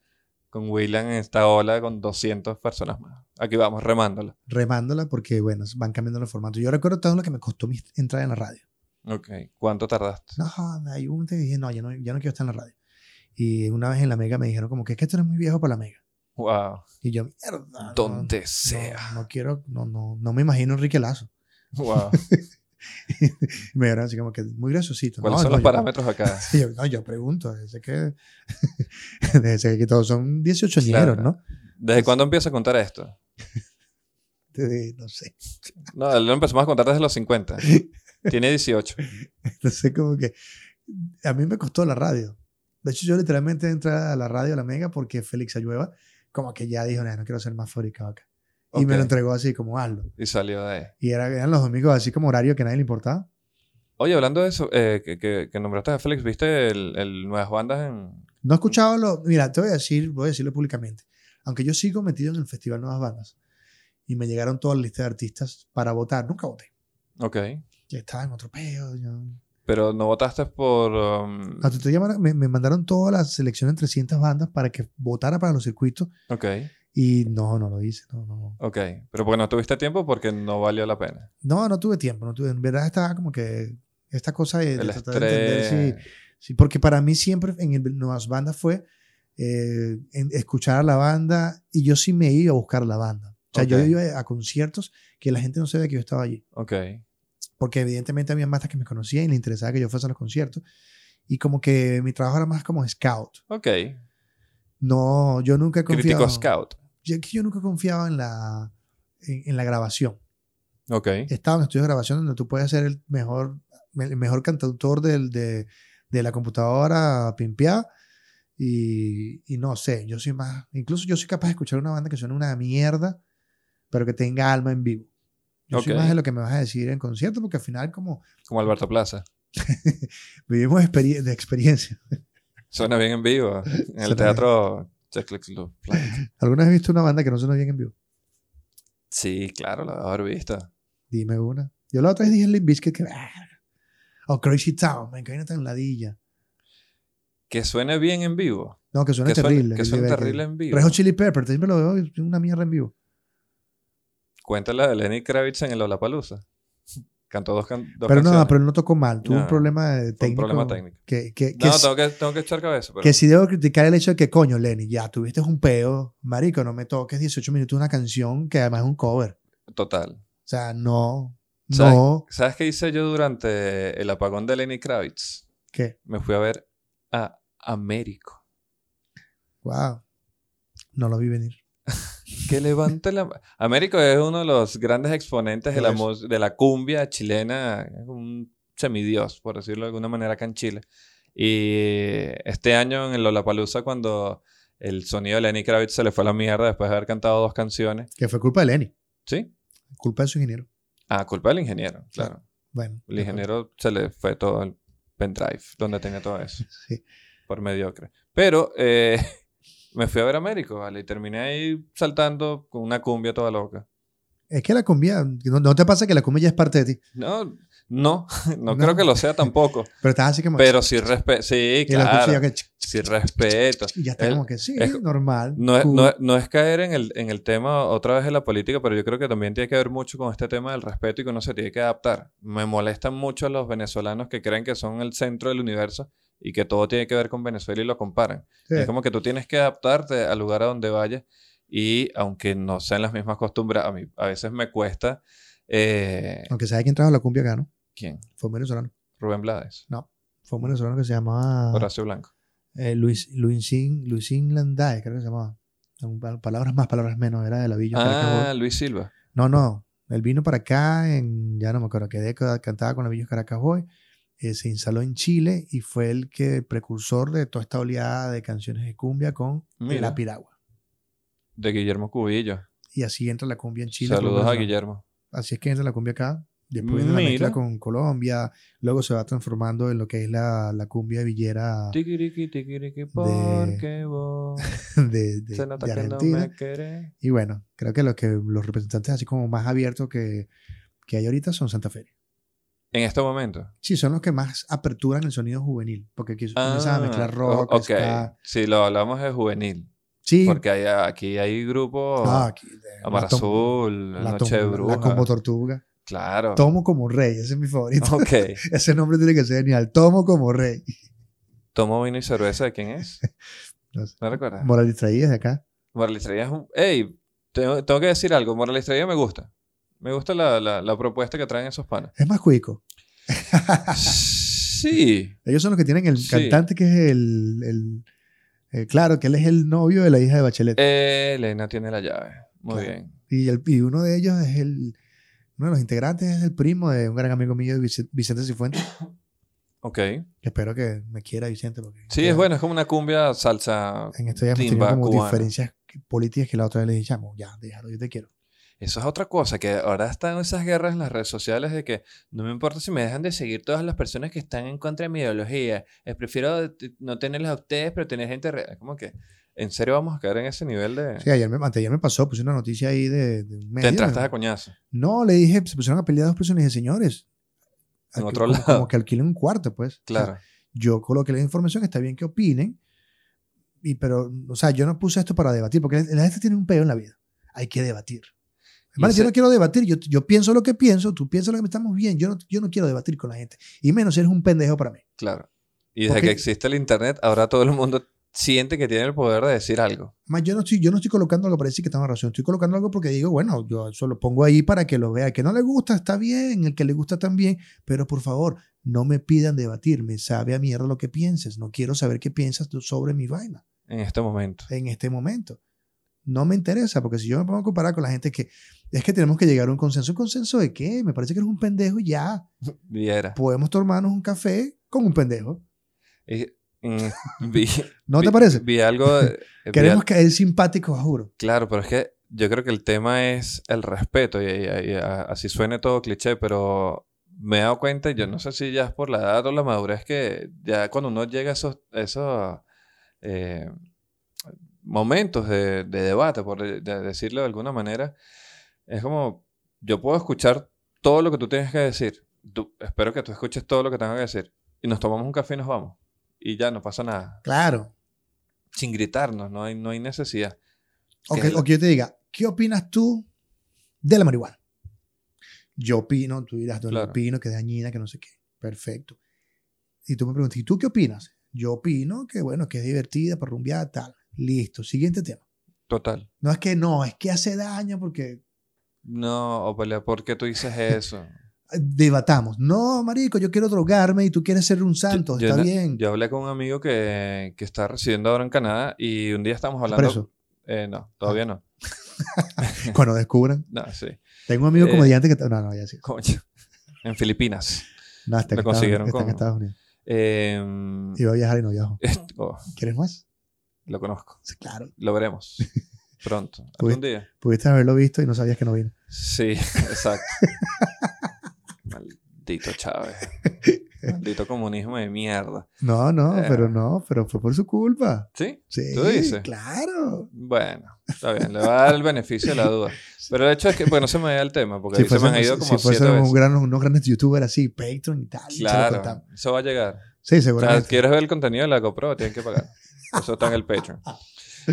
Speaker 1: con William en esta ola con 200 personas más. Aquí vamos, remándola.
Speaker 2: Remándola porque, bueno, van cambiando los formatos. Yo recuerdo todo lo que me costó mi entrar en la radio.
Speaker 1: Ok. ¿Cuánto tardaste?
Speaker 2: no, hay un te dije, no, yo no, yo no quiero estar en la radio. Y una vez en la mega me dijeron como que es que tú eres muy viejo para la mega.
Speaker 1: Wow.
Speaker 2: Y yo, mierda. no,
Speaker 1: Donde
Speaker 2: Ah, no,
Speaker 1: sea.
Speaker 2: No, quiero, no, no, no me imagino a Enrique Lazo. (laughs)
Speaker 1: Wow.
Speaker 2: Y me dijeron así como que muy graciosito.
Speaker 1: ¿Cuáles
Speaker 2: No,
Speaker 1: son
Speaker 2: no,
Speaker 1: los
Speaker 2: yo- (laughs)
Speaker 1: parámetros acá?
Speaker 2: Y yo, no, yo pregunto, desde que, (laughs) desde que todos son 18 ñeros,
Speaker 1: Claro.
Speaker 2: ¿no?
Speaker 1: ¿Desde cuándo empiezo a contar esto?
Speaker 2: Desde- no sé.
Speaker 1: No, lo empezamos a contar desde los
Speaker 2: (laughs)
Speaker 1: 50. Tiene 18.
Speaker 2: Entonces como que a mí me costó la radio. De hecho, yo literalmente entré a la radio, a la mega, porque Félix Ayueva como que ya dijo, no, no quiero ser más fabricado acá. Y me
Speaker 1: Ok.
Speaker 2: lo entregó así como hazlo.
Speaker 1: Y salió de ahí.
Speaker 2: Y era- eran los domingos así como horario que a nadie le importaba.
Speaker 1: Oye, hablando de eso, eh, que, que- que nombraste a Félix, ¿viste el, el Nuevas Bandas en...?
Speaker 2: No he escuchado lo. Mira, te voy a decir, voy a decirlo públicamente. Aunque yo sigo metido en el Festival Nuevas Bandas y me llegaron todas las listas de artistas para votar, nunca voté.
Speaker 1: Ok.
Speaker 2: Ya estaba en otro peo. yo-
Speaker 1: Pero no votaste por... um,
Speaker 2: A tu- te llamaron- me, me mandaron toda la selección de 300 bandas para que votara para los circuitos
Speaker 1: ok,
Speaker 2: y no, no lo hice. No, no,
Speaker 1: ok. Pero porque no tuviste tiempo porque no valió la pena.
Speaker 2: no, no tuve tiempo. No tuve, en verdad estaba como que esta cosa de, de
Speaker 1: El
Speaker 2: tratar de entender si,
Speaker 1: estrés...
Speaker 2: Sí, porque para mí siempre en el- Nuevas Bandas fue eh, en- escuchar a la banda y yo sí me iba a buscar a la banda. O sea, yo
Speaker 1: Ok.
Speaker 2: iba a conciertos que la gente no sabía que yo estaba allí.
Speaker 1: Ok,
Speaker 2: Porque evidentemente había mastas que me conocían y les interesaba que yo fuese a los conciertos. Y como que mi trabajo era más como scout.
Speaker 1: ok.
Speaker 2: No, yo nunca confiaba.
Speaker 1: Crítico scout.
Speaker 2: Yo, yo nunca confiaba en la, en, en la grabación.
Speaker 1: Ok,
Speaker 2: Estaba en estudios de grabación donde tú puedes ser el mejor, el mejor cantautor del, de, de la computadora pimpeada. Y, y no sé, yo soy más. Incluso yo soy capaz de escuchar una banda que suene una mierda, pero que tenga alma en vivo. Yo soy
Speaker 1: Ok.
Speaker 2: más de lo que me vas a decir en concierto, porque al final, como
Speaker 1: como Alberto Plaza.
Speaker 2: vivimos experie- de experiencia. (laughs)
Speaker 1: Suena bien en vivo. En el
Speaker 2: Suena
Speaker 1: teatro... Chesclexlo-
Speaker 2: ¿Alguna vez has visto una banda que no suena bien en vivo?
Speaker 1: Sí, claro, la debo haber visto.
Speaker 2: Dime una. Yo la otra vez dije Limp Bizkit que. "Ah, O Crazy Town, me encanta en ladilla.
Speaker 1: Que suene bien en vivo.
Speaker 2: No, que suena
Speaker 1: Que suene-
Speaker 2: terrible.
Speaker 1: que
Speaker 2: Billy
Speaker 1: suene
Speaker 2: Becker.
Speaker 1: terrible en vivo.
Speaker 2: Red Hot Chili Pepper, siempre lo veo, es una mierda en vivo.
Speaker 1: Cuéntala de Lenny Kravitz en el Olapalooza. (laughs) Cantó dos, can dos
Speaker 2: pero
Speaker 1: canciones.
Speaker 2: no, pero no tocó mal. Tuvo un
Speaker 1: No,
Speaker 2: problema de
Speaker 1: Fue
Speaker 2: técnico.
Speaker 1: Un problema técnico.
Speaker 2: Que, que, que,
Speaker 1: No,
Speaker 2: si-
Speaker 1: tengo que, tengo que echar cabeza. Pero...
Speaker 2: que si debo criticar el hecho de que, coño, Lenny, ya tuviste un peo, marico, no me toques 18 minutos una canción que además es un cover.
Speaker 1: Total.
Speaker 2: O sea, no,
Speaker 1: ¿Sabes?
Speaker 2: no,
Speaker 1: ¿Sabes qué hice yo durante el apagón de Lenny Kravitz?
Speaker 2: ¿qué?
Speaker 1: Me fui a ver a Américo.
Speaker 2: Wow. No lo vi venir.
Speaker 1: Que levante la... Américo es uno de los grandes exponentes de
Speaker 2: Lo
Speaker 1: la,
Speaker 2: es.
Speaker 1: mus- de la cumbia chilena, es un semidios, por decirlo de alguna manera, acá en Chile. Y este año en el Lollapalooza, cuando el sonido de Lenny Kravitz se le fue a la mierda después de haber cantado dos canciones,
Speaker 2: Que fue culpa de Lenny,
Speaker 1: ¿sí?
Speaker 2: culpa de su ingeniero.
Speaker 1: Ah, culpa del ingeniero, claro.
Speaker 2: Bueno.
Speaker 1: El ingeniero se le fue todo el pendrive donde tenía todo eso.
Speaker 2: Sí.
Speaker 1: por mediocre. Pero eh, (laughs) me fui a ver Américo, ¿vale? Y terminé ahí saltando con una cumbia toda loca.
Speaker 2: Es que la cumbia, no, no te pasa que la cumbia ya es parte de ti.
Speaker 1: No, no, (laughs) no,
Speaker 2: No.
Speaker 1: creo que lo sea
Speaker 2: (laughs)
Speaker 1: tampoco.
Speaker 2: Pero estás así como.
Speaker 1: pero sí respeto. Sí,
Speaker 2: y la escuchas ya
Speaker 1: claro.
Speaker 2: que ch-
Speaker 1: Sí respeto.
Speaker 2: y ya está
Speaker 1: El-
Speaker 2: como que sí,
Speaker 1: es-
Speaker 2: normal.
Speaker 1: No es,
Speaker 2: cool.
Speaker 1: no, es- no es caer en el, en el tema otra vez de la política, pero yo creo que también tiene que ver mucho con este tema del respeto y que uno se tiene que adaptar. Me molestan mucho los venezolanos que creen que son el centro del universo y que todo tiene que ver con Venezuela y lo comparan.
Speaker 2: Sí.
Speaker 1: Es como que tú tienes que adaptarte al lugar a donde vayas y aunque no sean las mismas costumbres, a mí a veces me cuesta... eh,
Speaker 2: Aunque sabe quién trajo la cumbia acá, ¿no?
Speaker 1: ¿Quién?
Speaker 2: Fue un venezolano.
Speaker 1: Rubén Blades.
Speaker 2: Fue un venezolano que se llamaba
Speaker 1: Horacio Blanco.
Speaker 2: eh, Luis, Luisín, Luisín Landae, creo que se llamaba. Algún pa- Palabras más, palabras menos, era de la Villa.
Speaker 1: Ah,
Speaker 2: Caracas.
Speaker 1: Luis Silva.
Speaker 2: No, no. Él vino para acá, en, ya no me acuerdo qué década, cantaba con la Villa Caracas Boy. eh, se instaló en Chile y fue el que precursor de toda esta oleada de canciones de cumbia con
Speaker 1: Mira.
Speaker 2: la piragua.
Speaker 1: De Guillermo Cubillo.
Speaker 2: Y así entra la cumbia en Chile. por lo
Speaker 1: Saludos
Speaker 2: menos,
Speaker 1: a
Speaker 2: ¿no?
Speaker 1: Guillermo.
Speaker 2: Así es que entra la cumbia acá. Después viene la
Speaker 1: Mira.
Speaker 2: mezcla con Colombia. Luego se va transformando en lo que es la, la cumbia villera
Speaker 1: Tiquiriqui, tiquiriqui, porque
Speaker 2: (laughs)
Speaker 1: vos
Speaker 2: de, de-
Speaker 1: se nota
Speaker 2: de
Speaker 1: que no
Speaker 2: Argentina.
Speaker 1: me querés.
Speaker 2: Y bueno, creo que, lo que los representantes así como más abiertos que, que hay ahorita son Santa Fe.
Speaker 1: En este momento.
Speaker 2: Sí, son los que más aperturan el sonido juvenil. Porque aquí comienzan a mezclar rock.
Speaker 1: o- Ah, Ok.
Speaker 2: ska.
Speaker 1: Sí, lo hablamos de juvenil.
Speaker 2: Sí.
Speaker 1: Porque hay, aquí hay grupos.
Speaker 2: Ah, aquí, de- la
Speaker 1: Amar
Speaker 2: tomo-
Speaker 1: Azul,
Speaker 2: la
Speaker 1: Noche de
Speaker 2: tomo-
Speaker 1: Bruja.
Speaker 2: La como tortuga.
Speaker 1: Claro.
Speaker 2: Tomo como rey, ese es mi favorito.
Speaker 1: (laughs) Ok.
Speaker 2: (laughs) Ese nombre tiene que ser genial. Tomo como rey.
Speaker 1: Tomo vino y cerveza, ¿de quién es?
Speaker 2: (laughs) No sé.
Speaker 1: ¿No recuerdas?
Speaker 2: Moral distraída de acá.
Speaker 1: Moral Estrella es un... ¡Ey! Tengo, tengo que decir algo. Moral Estrella me gusta. Me gusta la, la- la propuesta que traen esos panas.
Speaker 2: Es más cuico.
Speaker 1: Sí.
Speaker 2: Ellos son los que tienen el
Speaker 1: Sí.
Speaker 2: cantante que es el, el- el- Claro, que él es el novio de la hija de Bachelet.
Speaker 1: Eh, Elena tiene la llave. Muy
Speaker 2: Claro.
Speaker 1: bien.
Speaker 2: Y, el, y uno de ellos es el. Uno de los integrantes es el primo de un gran amigo mío, Vic- Vicente Cifuentes.
Speaker 1: Ok.
Speaker 2: Que espero que me quiera Vicente. Porque
Speaker 1: Sí, es bueno. Es como una cumbia salsa.
Speaker 2: En esto ya hemos
Speaker 1: Timba
Speaker 2: tenido como
Speaker 1: cubana.
Speaker 2: diferencias políticas que la otra vez le dije, chamo, ya, déjalo, yo te quiero.
Speaker 1: Eso es otra cosa, que ahora están esas guerras en las redes sociales de que no me importa si me dejan de seguir todas las personas que están en contra de mi ideología. Eh, prefiero t- no tenerlas a ustedes, pero tener gente real. Como que, ¿en serio vamos a caer en ese nivel de...
Speaker 2: Sí, ayer me, anteayer me pasó, puse una noticia ahí de, de un
Speaker 1: Te
Speaker 2: medio.
Speaker 1: entraste
Speaker 2: ¿no?
Speaker 1: a coñazo.
Speaker 2: No, le dije, se pusieron a pelear dos personas y dije, señores.
Speaker 1: En
Speaker 2: alqui-
Speaker 1: otro
Speaker 2: como,
Speaker 1: lado.
Speaker 2: como que alquilen un cuarto, pues. O sea,
Speaker 1: Claro.
Speaker 2: yo coloqué la información, está bien que opinen, y, pero, o sea, yo no puse esto para debatir, porque la gente tiene un peo en la vida. Hay que debatir. Hermano,
Speaker 1: Y
Speaker 2: yo
Speaker 1: ese-
Speaker 2: no quiero debatir, yo, yo pienso lo que pienso, tú piensas lo que estamos bien, yo no, yo no quiero debatir con la gente. Y menos si eres un pendejo para mí.
Speaker 1: Claro. Y desde
Speaker 2: Porque-
Speaker 1: que existe el Internet, ahora todo el mundo siente que tiene el poder de decir algo.
Speaker 2: Además, yo no estoy, yo no estoy colocando algo para decir que estamos en razón, estoy colocando algo porque digo, bueno, yo solo pongo ahí para que lo vea. El que no le gusta está bien, el que le gusta también, pero por favor, no me pidan debatir, me sabe a mierda lo que pienses, no quiero saber qué piensas tú sobre mi vaina.
Speaker 1: en este momento.
Speaker 2: en este momento. No me interesa, porque si yo me pongo a comparar con la gente que es que tenemos que llegar a un consenso. ¿Un consenso de qué? Me parece que eres un pendejo y ya.
Speaker 1: Viera.
Speaker 2: Podemos tomarnos un café con un pendejo.
Speaker 1: Y- mm, vi-
Speaker 2: ¿No te
Speaker 1: vi-
Speaker 2: parece?
Speaker 1: Vi algo. eh, vi
Speaker 2: Queremos
Speaker 1: al-
Speaker 2: caer simpáticos, juro.
Speaker 1: claro, pero es que yo creo que el tema es el respeto. Y, y- y a- así suene todo cliché, pero me he dado cuenta, yo no sé si ya es por la edad o la madurez, que ya cuando uno llega a esos, esos eh, momentos de, de debate, por de- de- decirlo de alguna manera, es como, yo puedo escuchar todo lo que tú tienes que decir. Tú- espero que tú escuches todo lo que tengo que decir. Y nos tomamos un café y nos vamos. Y ya no pasa nada.
Speaker 2: Claro.
Speaker 1: Sin gritarnos, no hay, no hay necesidad.
Speaker 2: O
Speaker 1: Que
Speaker 2: que,
Speaker 1: es
Speaker 2: o que yo te diga, ¿qué opinas tú de la marihuana? Yo opino, tú dirás, yo
Speaker 1: Claro.
Speaker 2: opino que es dañina, que no sé qué. Perfecto. Y tú me preguntas, ¿y tú qué opinas? Yo opino que, bueno, que es divertida para rumbear, tal. Listo. Siguiente tema.
Speaker 1: Total.
Speaker 2: No es que no, es que hace daño porque
Speaker 1: No, Ophelia, ¿por qué tú dices
Speaker 2: (laughs)
Speaker 1: eso?
Speaker 2: eh, debatamos. No, marico, yo quiero drogarme y tú quieres ser un santo,
Speaker 1: Yo- yo
Speaker 2: está
Speaker 1: no-
Speaker 2: bien.
Speaker 1: Yo hablé con un amigo que, que está residiendo ahora en Canadá y un día estamos hablando...
Speaker 2: Ah, preso? Ah.
Speaker 1: Eh, no, todavía no.
Speaker 2: Cuando descubran.
Speaker 1: No, sí.
Speaker 2: Tengo un amigo
Speaker 1: Eh,
Speaker 2: comediante que... No, no, ya sí.
Speaker 1: Coño. En Filipinas.
Speaker 2: No, está,
Speaker 1: lo
Speaker 2: en Estados-
Speaker 1: consiguieron
Speaker 2: está en
Speaker 1: con-
Speaker 2: Estados Unidos.
Speaker 1: Eh,
Speaker 2: Iba a viajar y no viajo.
Speaker 1: oh,
Speaker 2: ¿Quieres más?
Speaker 1: lo conozco.
Speaker 2: Sí, claro.
Speaker 1: Lo
Speaker 2: (laughs)
Speaker 1: veremos. Pronto.
Speaker 2: Uy.
Speaker 1: Algún día.
Speaker 2: Pudiste haberlo visto y no sabías que no vino.
Speaker 1: Sí, (laughs)
Speaker 2: (laughs)
Speaker 1: exacto. Maldito Chávez. Maldito comunismo de mierda.
Speaker 2: No, no,
Speaker 1: Eh.
Speaker 2: pero no, pero fue por su culpa.
Speaker 1: ¿Sí?
Speaker 2: Sí,
Speaker 1: ¿Tú dices?
Speaker 2: claro.
Speaker 1: Bueno, está bien. Le va a dar el beneficio de la duda. Pero el hecho es que, bueno, no se me da el tema, porque
Speaker 2: Si
Speaker 1: ahí se me han ido
Speaker 2: fuésemos,
Speaker 1: como
Speaker 2: si
Speaker 1: siete
Speaker 2: fuésemos
Speaker 1: veces.
Speaker 2: un gran- unos grandes youtubers así, Patreon y tal, se lo
Speaker 1: Claro,
Speaker 2: contamos.
Speaker 1: eso va a llegar.
Speaker 2: Sí,
Speaker 1: O sea,
Speaker 2: seguramente.
Speaker 1: ¿quieres ver el contenido de la GoPro? Tienen que pagar. Eso está en el Patreon.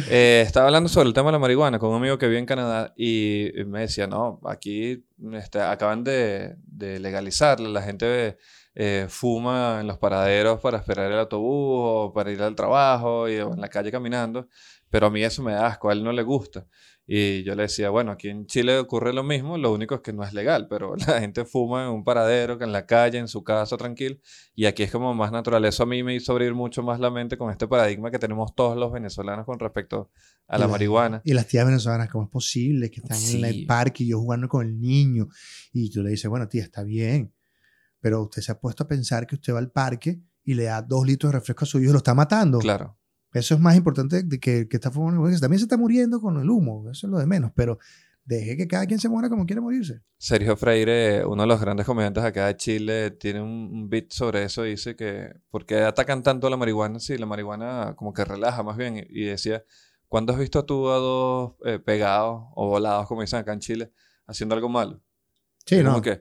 Speaker 1: Eh, estaba hablando sobre el tema de la marihuana con un amigo que vive en Canadá y me decía, no, aquí este, acaban de, de legalizarla, la gente eh, fuma en los paraderos para esperar el autobús o para ir al trabajo y, o en la calle caminando, pero a mí eso me da asco, a él no le gusta. Y yo le decía, bueno, aquí en Chile ocurre lo mismo, lo único es que no es legal, pero (laughs) la gente fuma en un paradero, que en la calle, en su casa, tranquilo. Y aquí es como más natural. Eso a mí me hizo abrir mucho más la mente con este paradigma que tenemos todos los venezolanos con respecto a la
Speaker 2: Claro.
Speaker 1: marihuana.
Speaker 2: Y las tías venezolanas, ¿cómo es posible que están en
Speaker 1: Sí.
Speaker 2: el parque y yo jugando con el niño? Y tú le dices, bueno, tía, está bien, pero usted se ha puesto a pensar que usted va al parque y le da dos litros de refresco a su hijo y lo está matando.
Speaker 1: Claro.
Speaker 2: Eso es más importante de que, que está fumando. porque También se está muriendo con el humo, eso es lo de menos, pero deje que cada quien se muera como quiere morirse.
Speaker 1: Sergio Freire, uno de los grandes comediantes acá de Chile, tiene un un beat sobre eso. Dice que, ¿por qué atacan tanto a la marihuana? Sí, la marihuana como que relaja más bien. Y y decía, ¿cuándo has visto tú a dos eh, pegados o volados, como dicen acá en Chile, haciendo algo malo?
Speaker 2: Sí,
Speaker 1: Es
Speaker 2: no.
Speaker 1: Como que,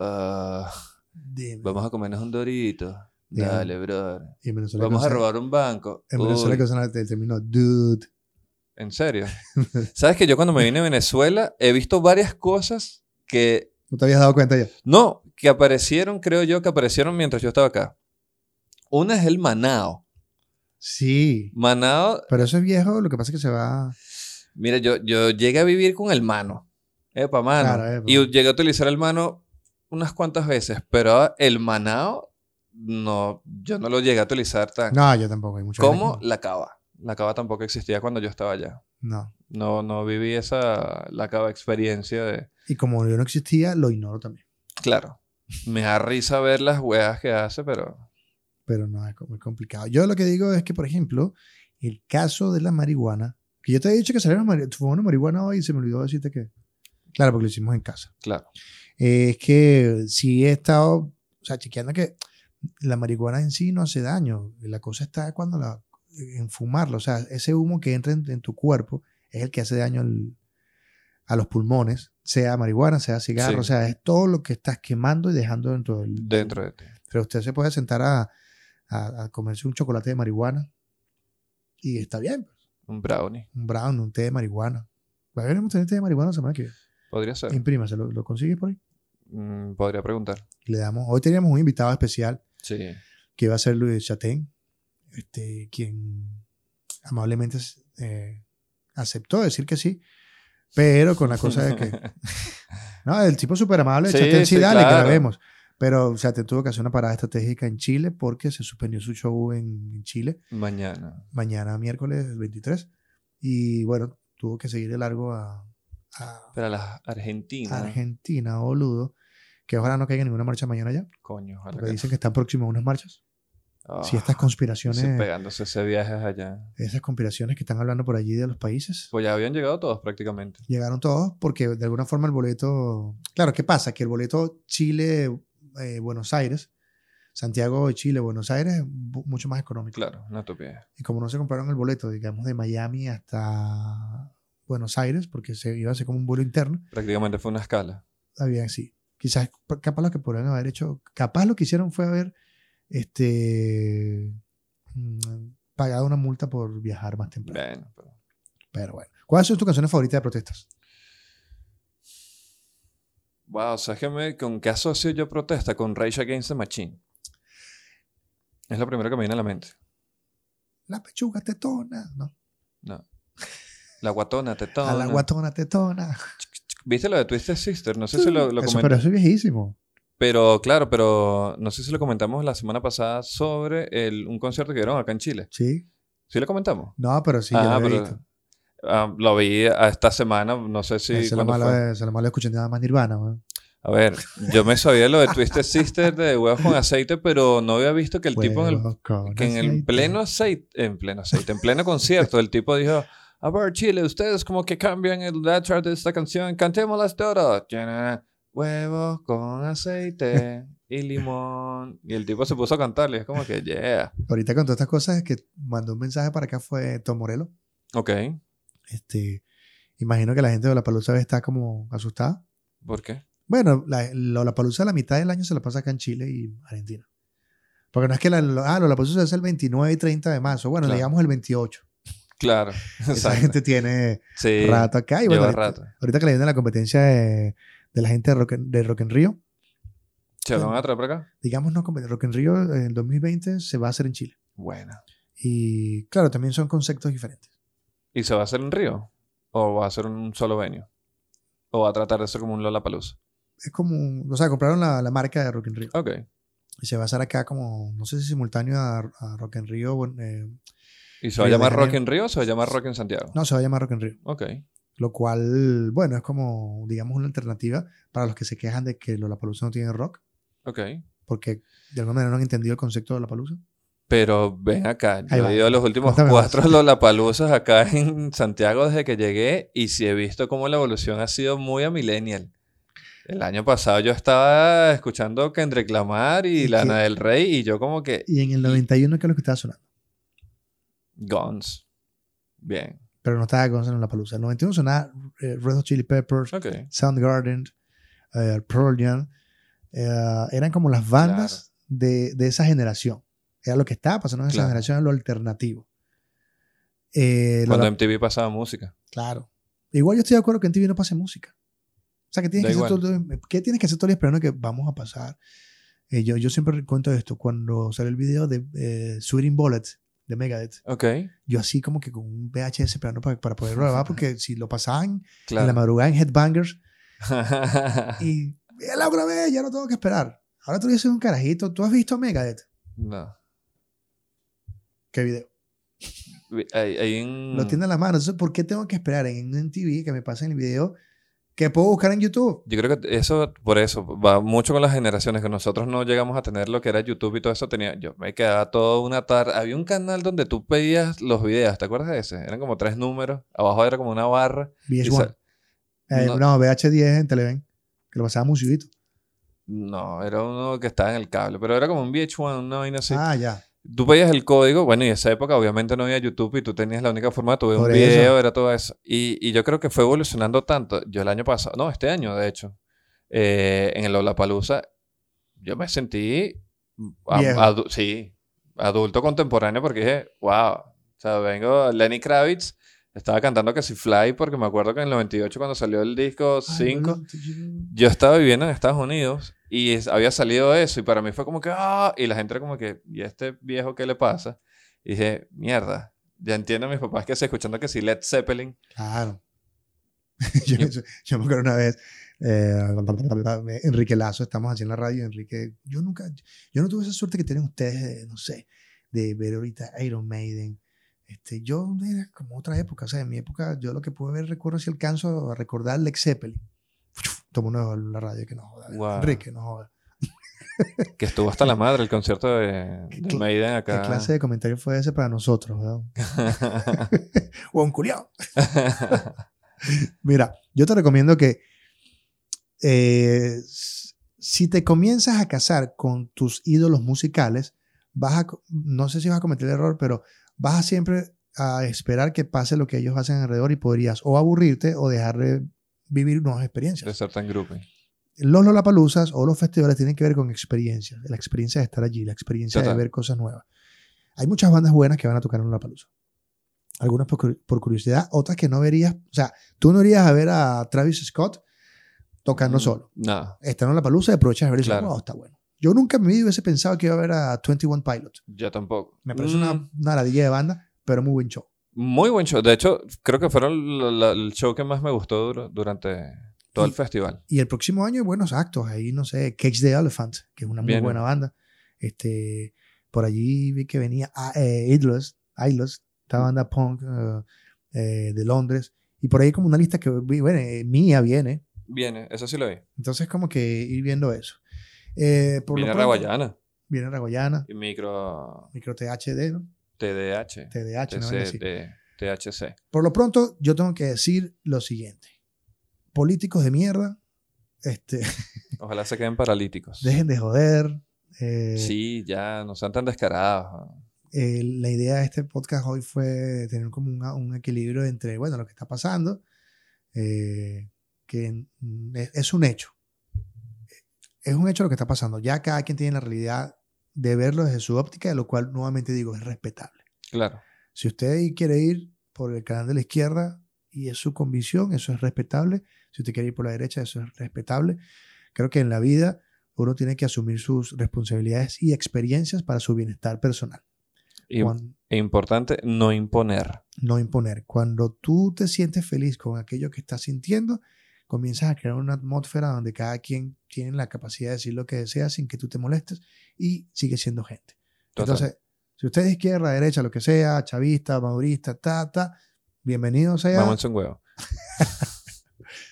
Speaker 1: "Ah,
Speaker 2: Dime.
Speaker 1: vamos a comernos un dorito.
Speaker 2: Dime.
Speaker 1: Dale, brother.
Speaker 2: Y en Venezuela
Speaker 1: Vamos a
Speaker 2: que usan-
Speaker 1: robar un banco.
Speaker 2: En Venezuela
Speaker 1: Uy".
Speaker 2: que usan el término dude.
Speaker 1: ¿En
Speaker 2: (laughs)
Speaker 1: serio? ¿Sabes que yo cuando me vine a Venezuela he visto varias cosas que...
Speaker 2: ¿No te habías dado cuenta ya?
Speaker 1: No, que aparecieron, creo yo, que aparecieron mientras yo estaba acá. Una es el Manao.
Speaker 2: Sí.
Speaker 1: Manao,
Speaker 2: Pero eso es viejo, lo que pasa es que se va...
Speaker 1: mira, yo, yo llegué a vivir con el Mano. Epa, Mano.
Speaker 2: Claro, epa.
Speaker 1: Y llegué a utilizar el Mano unas cuantas veces, pero el Manao, no, yo no lo llegué a utilizar tan...
Speaker 2: No, yo tampoco. Hay mucha gente
Speaker 1: como
Speaker 2: que-
Speaker 1: la cava. La cava tampoco existía cuando yo estaba allá.
Speaker 2: No.
Speaker 1: No, no viví esa, la cava experiencia de...
Speaker 2: Y como yo no existía, lo ignoro también.
Speaker 1: Claro. Me da risa ver las huevas que hace, pero.
Speaker 2: Pero no, es co- muy complicado. Yo lo que digo es que, por ejemplo, el caso de la marihuana, que yo te he dicho que salieron mari- fumando marihuana hoy y se me olvidó decirte que Claro, porque lo hicimos en casa.
Speaker 1: Claro.
Speaker 2: Eh, es que sí he estado, o sea, chequeando que la marihuana en sí no hace daño. La cosa está cuando la, en fumarla. O sea, ese humo que entra en, en tu cuerpo es el que hace daño al- a los pulmones, sea marihuana, sea cigarro,
Speaker 1: Sí.
Speaker 2: o sea, es todo lo que estás quemando y dejando dentro del...
Speaker 1: Dentro de ti.
Speaker 2: Pero usted se puede sentar a, a- a comerse un chocolate de marihuana y está bien.
Speaker 1: Un brownie.
Speaker 2: Un brown, un té de marihuana. Deberíamos tener té de marihuana la semana que viene.
Speaker 1: Podría ser.
Speaker 2: Imprímase, ¿lo, lo consigues por ahí?
Speaker 1: Mm, podría preguntar.
Speaker 2: Le damos. Hoy teníamos un invitado especial
Speaker 1: Sí.
Speaker 2: que iba a ser Luis Chatén, este, quien amablemente eh, aceptó decir que sí, pero con la cosa
Speaker 1: (laughs)
Speaker 2: de que. No, el tipo súper amable,
Speaker 1: Sí,
Speaker 2: Chatén sí,
Speaker 1: sí,
Speaker 2: dale, que
Speaker 1: claro.
Speaker 2: la vemos. Pero Chatén tuvo que hacer una parada estratégica en Chile porque se suspendió su show en- en Chile.
Speaker 1: Mañana.
Speaker 2: mañana miércoles el 23. Y bueno, tuvo que seguir de largo a, a
Speaker 1: Para las Argentinas.
Speaker 2: Argentina, boludo. Que ojalá no caiga ninguna marcha mañana ya,
Speaker 1: Coño, ojalá
Speaker 2: porque
Speaker 1: que-
Speaker 2: dicen que están próximos unas marchas.
Speaker 1: Ah,
Speaker 2: Si estas conspiraciones,
Speaker 1: sí, pegándose ese viaje allá.
Speaker 2: esas conspiraciones que están hablando por allí de los países,
Speaker 1: Pues ya habían llegado todos prácticamente.
Speaker 2: llegaron todos porque de alguna forma el boleto. Claro, ¿qué pasa? Que el boleto Chile-Buenos Aires, Santiago, Chile, Buenos Aires, es bu- mucho más económico.
Speaker 1: Claro, una utopía.
Speaker 2: Y como no se compraron el boleto, digamos, de Miami hasta Buenos Aires, porque se iba a hacer como un vuelo interno,
Speaker 1: Prácticamente fue una escala.
Speaker 2: habían sí. Quizás, pa- capaz lo que podrían haber hecho, capaz lo que hicieron fue haber este, mm, pagado una multa por viajar más temprano.
Speaker 1: Bueno, pero-
Speaker 2: Pero bueno. ¿Cuáles son tus canciones favoritas de protestas?
Speaker 1: Wow, ¿sabes qué me, con qué asocio yo protesta? Con Rage Against the Machine. Es lo primero que me viene a la mente.
Speaker 2: La pechuga tetona, ¿no?
Speaker 1: La guatona, tetona.
Speaker 2: A la guatona tetona.
Speaker 1: ¿Viste lo de Twisted Sister? No sé si lo, lo
Speaker 2: Eso,
Speaker 1: comenté.
Speaker 2: pero eso es viejísimo.
Speaker 1: Pero claro, pero no sé si lo comentamos la semana pasada sobre el, un concierto que dieron acá en Chile.
Speaker 2: Sí.
Speaker 1: ¿Sí lo comentamos?
Speaker 2: No, pero sí, yo
Speaker 1: Ah,
Speaker 2: lo he
Speaker 1: pero-
Speaker 2: visto.
Speaker 1: Ah, lo vi a esta semana, no sé si...
Speaker 2: Eso es lo
Speaker 1: cuándo
Speaker 2: malo
Speaker 1: fue.
Speaker 2: de- eso es lo malo de escuchar nada más Nirvana, weón.
Speaker 1: A ver, yo me sabía lo de Twisted Sister de huevos con aceite, pero no había visto que el tipo en el
Speaker 2: Huevos Pues, con
Speaker 1: que en el
Speaker 2: aceite.
Speaker 1: pleno aceite, en pleno aceite, en pleno concierto, el tipo dijo, a ver, Chile, ustedes como que cambian el letra de esta canción, cantémoslas todas. Huevos con aceite y limón. Y el tipo se puso a cantarle, es como que, yeah.
Speaker 2: Ahorita con todas estas cosas es que mandó un mensaje para acá fue Tom Morello.
Speaker 1: Ok,
Speaker 2: Este, imagino que la gente de la palusa está como asustada.
Speaker 1: ¿por qué?
Speaker 2: Bueno, la, palusa la mitad del año se la pasa acá en Chile y Argentina. Porque no es que la, lo- ah, la palusa es el 29 y 30 de marzo. Bueno,
Speaker 1: Claro.
Speaker 2: digamos el 28.
Speaker 1: Claro,
Speaker 2: (laughs) Esa
Speaker 1: exacto.
Speaker 2: gente tiene
Speaker 1: Sí,
Speaker 2: rato acá. Y bueno, este
Speaker 1: lleva
Speaker 2: ahorita,
Speaker 1: rato.
Speaker 2: ahorita que le viene la competencia de, de la gente de Rock, en- de Rock en Río,
Speaker 1: ¿Se lo van a traer para acá?
Speaker 2: digamos no, competencia, Rock en Río eh, en el 2020 se va a hacer en Chile.
Speaker 1: Bueno.
Speaker 2: Y claro, también son conceptos diferentes.
Speaker 1: ¿Y se va a hacer en Río? ¿O va a ser un solo venio? ¿O va a tratar de ser como un Lollapalooza?
Speaker 2: Es como, un- o sea, compraron la, la marca de Rock en Río.
Speaker 1: Ok,
Speaker 2: y se va a hacer acá como, no sé si simultáneo a, a Rock en Río. bueno, eh,
Speaker 1: ¿y se va a
Speaker 2: Río de
Speaker 1: llamar Rock
Speaker 2: Janeiro.
Speaker 1: en Río o se va a llamar Rock en Santiago?
Speaker 2: no, se va a llamar Rock en Río.
Speaker 1: Ok.
Speaker 2: Lo cual, bueno, es como, digamos, una alternativa para los que se quejan de que Lollapalooza no tiene rock,
Speaker 1: Ok.
Speaker 2: porque de alguna manera no han entendido el concepto de Lollapalooza.
Speaker 1: Pero ven acá,
Speaker 2: Ahí
Speaker 1: yo
Speaker 2: va.
Speaker 1: he ido a los últimos
Speaker 2: Cuéntame más.
Speaker 1: cuatro Lollapaloozas acá en Santiago desde que llegué y sí he visto cómo la evolución ha sido muy a millennial. El año pasado yo estaba escuchando Kendrick Lamar y
Speaker 2: ¿Y
Speaker 1: Lana
Speaker 2: qué?
Speaker 1: del Rey y yo como que
Speaker 2: Y en el 91, ¿qué es lo que estaba sonando?
Speaker 1: Guns. Bien,
Speaker 2: Pero no estaba Guns N' Lollapalooza. En el 91 sonaba eh, Red Hot Chili Peppers,
Speaker 1: ok.
Speaker 2: Soundgarden, eh, Pearl Jam. eh, eran como las bandas de, de esa generación. Era lo que estaba pasando en esa
Speaker 1: Claro.
Speaker 2: generación, era lo alternativo. Eh,
Speaker 1: Cuando
Speaker 2: Lollapalooza-
Speaker 1: MTV pasaba música.
Speaker 2: Claro. Igual yo estoy de acuerdo que en TV no pase música. O sea, que tienes
Speaker 1: Da
Speaker 2: que hacer
Speaker 1: igual.
Speaker 2: todo, ¿qué tienes que hacer todo el esperando que vamos a pasar? Eh, yo, yo siempre cuento esto. Cuando salió el video de eh, Sweating Bullets de Megadeth,
Speaker 1: Ok,
Speaker 2: yo así como que con un VHS esperando para, para
Speaker 1: (laughs)
Speaker 2: poder grabar, porque si lo pasaban en la
Speaker 1: claro.
Speaker 2: madrugada en Headbangers, y ya la grabé, ya no tengo que esperar. Ahora tú dices un carajito, ¿tú has visto a Megadeth?
Speaker 1: (laughs) no.
Speaker 2: ¿Qué video?
Speaker 1: Vi- Hay, hay un-
Speaker 2: Lo tiene en la mano. Entonces, ¿por qué tengo que esperar en un TV que me pasen el video que puedo buscar en YouTube?
Speaker 1: Yo creo que eso, por eso, va mucho con las generaciones, que nosotros no llegamos a tener lo que era YouTube y todo eso. Tenía, yo me quedaba toda una tarde. Había un canal donde tú pedías los videos, ¿te acuerdas de ese? Eran como tres números, abajo era como una barra. y
Speaker 2: VH1.
Speaker 1: sa-
Speaker 2: Eh,
Speaker 1: No.
Speaker 2: no. VH10 en Televen, que lo pasaba muy chiquito.
Speaker 1: No, era uno que estaba en el cable, pero era como un VH1, una vaina así.
Speaker 2: Ah, ya.
Speaker 1: Tú veías el código, bueno, y en esa época obviamente no había YouTube y tú tenías la única forma de tuve un
Speaker 2: Por
Speaker 1: video,
Speaker 2: eso.
Speaker 1: era todo eso. Y, y yo creo que fue evolucionando tanto. Yo el año pasado, no, este año de hecho, eh, en el Lollapalooza, yo me sentí a-
Speaker 2: Viejo.
Speaker 1: adu- sí, adulto contemporáneo porque dije, wow, o sea, vengo, Lenny Kravitz estaba cantando que si Fly porque me acuerdo que en el 98 cuando salió el disco 5, yo estaba viviendo en Estados Unidos y es- había salido eso y para mí fue como que, ah, y la gente era como que, ¿y a este viejo qué le pasa? Y dije, mierda, ya entiendo a mis papás que se escuchando que si Led Zeppelin,
Speaker 2: Claro. (laughs) yo, yo me acuerdo una vez, eh, Enrique Lazo, estamos haciendo la radio, Enrique, yo nunca, yo no tuve esa suerte que tienen ustedes, de, no sé, de ver ahorita Iron Maiden. Este, yo era como otra época, o sea, en mi época yo lo que pude ver, recuerdo si alcanzo a recordar Lex Zeppelin. Tomo una en la radio que no joda.
Speaker 1: Guau.
Speaker 2: Enrique, no joda.
Speaker 1: que estuvo hasta la madre el concierto de,
Speaker 2: ¿Qué
Speaker 1: de
Speaker 2: cla-
Speaker 1: Maiden
Speaker 2: ¿Qué
Speaker 1: acá.
Speaker 2: clase de comentario fue ese para nosotros? weón? O un culiao. Mira, yo te recomiendo que eh, s- si te comienzas a casar con tus ídolos musicales, vas a, co- no sé si vas a cometer el error, pero vas a siempre a esperar que pase lo que ellos hacen alrededor y podrías o aburrirte o dejar de vivir
Speaker 1: (laughs)
Speaker 2: nuevas
Speaker 1: de
Speaker 2: experiencias.
Speaker 1: ser tan groupie.
Speaker 2: Los Lollapaloozas o los festivales tienen que ver con experiencias, la experiencia de estar allí, la experiencia
Speaker 1: Total.
Speaker 2: de ver cosas nuevas. Hay muchas bandas buenas que van a tocar en Lollapalooza. Algunas por, cu- por curiosidad, otras que no verías, o sea, tú no irías a ver a Travis Scott tocando
Speaker 1: Mm,
Speaker 2: Ah, solo.
Speaker 1: No,
Speaker 2: Está en Lollapalooza y aprovechas a ver y dices,
Speaker 1: Claro.
Speaker 2: "Wow, está bueno. Yo nunca en mi vida hubiese pensado que iba a ver a 21 Pilot.
Speaker 1: yo tampoco.
Speaker 2: Me parece
Speaker 1: Mm,
Speaker 2: una, una ladilla de banda, pero muy buen show.
Speaker 1: Muy buen show. De hecho, creo que fueron la- la- el show que más me gustó dur- durante todo el
Speaker 2: Y-
Speaker 1: festival.
Speaker 2: Y el próximo año hay buenos actos. Ahí, no sé, Cage the Elephant, que es una muy
Speaker 1: Viene.
Speaker 2: buena banda. Este, por allí vi que venía ah, eh, Idlers, Idlers, esta banda punk eh, eh, de Londres. Y por ahí hay como una lista que, vi- bueno, eh, Mía viene.
Speaker 1: Viene, eso sí lo vi.
Speaker 2: Entonces como que ir viendo eso. Eh, por lo
Speaker 1: Viene
Speaker 2: pronto,
Speaker 1: Raguayana,
Speaker 2: Viene Raguayana,
Speaker 1: y micro
Speaker 2: micro THD, ¿no?
Speaker 1: TDH.
Speaker 2: TDH, ¿no? Algo así.
Speaker 1: TC, THC.
Speaker 2: Por lo pronto, yo tengo que decir lo siguiente. Políticos de mierda, este, (laughs)
Speaker 1: Ojalá se queden paralíticos.
Speaker 2: dejen de joder. eh,
Speaker 1: Sí, ya, no sean tan descarados.
Speaker 2: eh, la idea de este podcast hoy fue tener como un, un equilibrio entre, bueno, lo que está pasando, eh, que mm, es, es un hecho. Es un hecho lo que está pasando. Ya cada quien tiene la realidad de verlo desde su óptica, de lo cual nuevamente digo, es respetable.
Speaker 1: Claro.
Speaker 2: Si usted quiere ir por el canal de la izquierda y es su convicción, eso es respetable. Si usted quiere ir por la derecha, eso es respetable. Creo que en la vida uno tiene que asumir sus responsabilidades y experiencias para su bienestar personal.
Speaker 1: Y,
Speaker 2: Cuan-
Speaker 1: e importante, no imponer.
Speaker 2: no imponer. Cuando tú te sientes feliz con aquello que estás sintiendo, comienzas a crear una atmósfera donde cada quien tiene la capacidad de decir lo que desea sin que tú te molestes y sigue siendo gente.
Speaker 1: Total.
Speaker 2: Entonces, si usted es izquierda, derecha, lo que sea, chavista, madurista, tata, bienvenido sea.
Speaker 1: Vamos un huevo.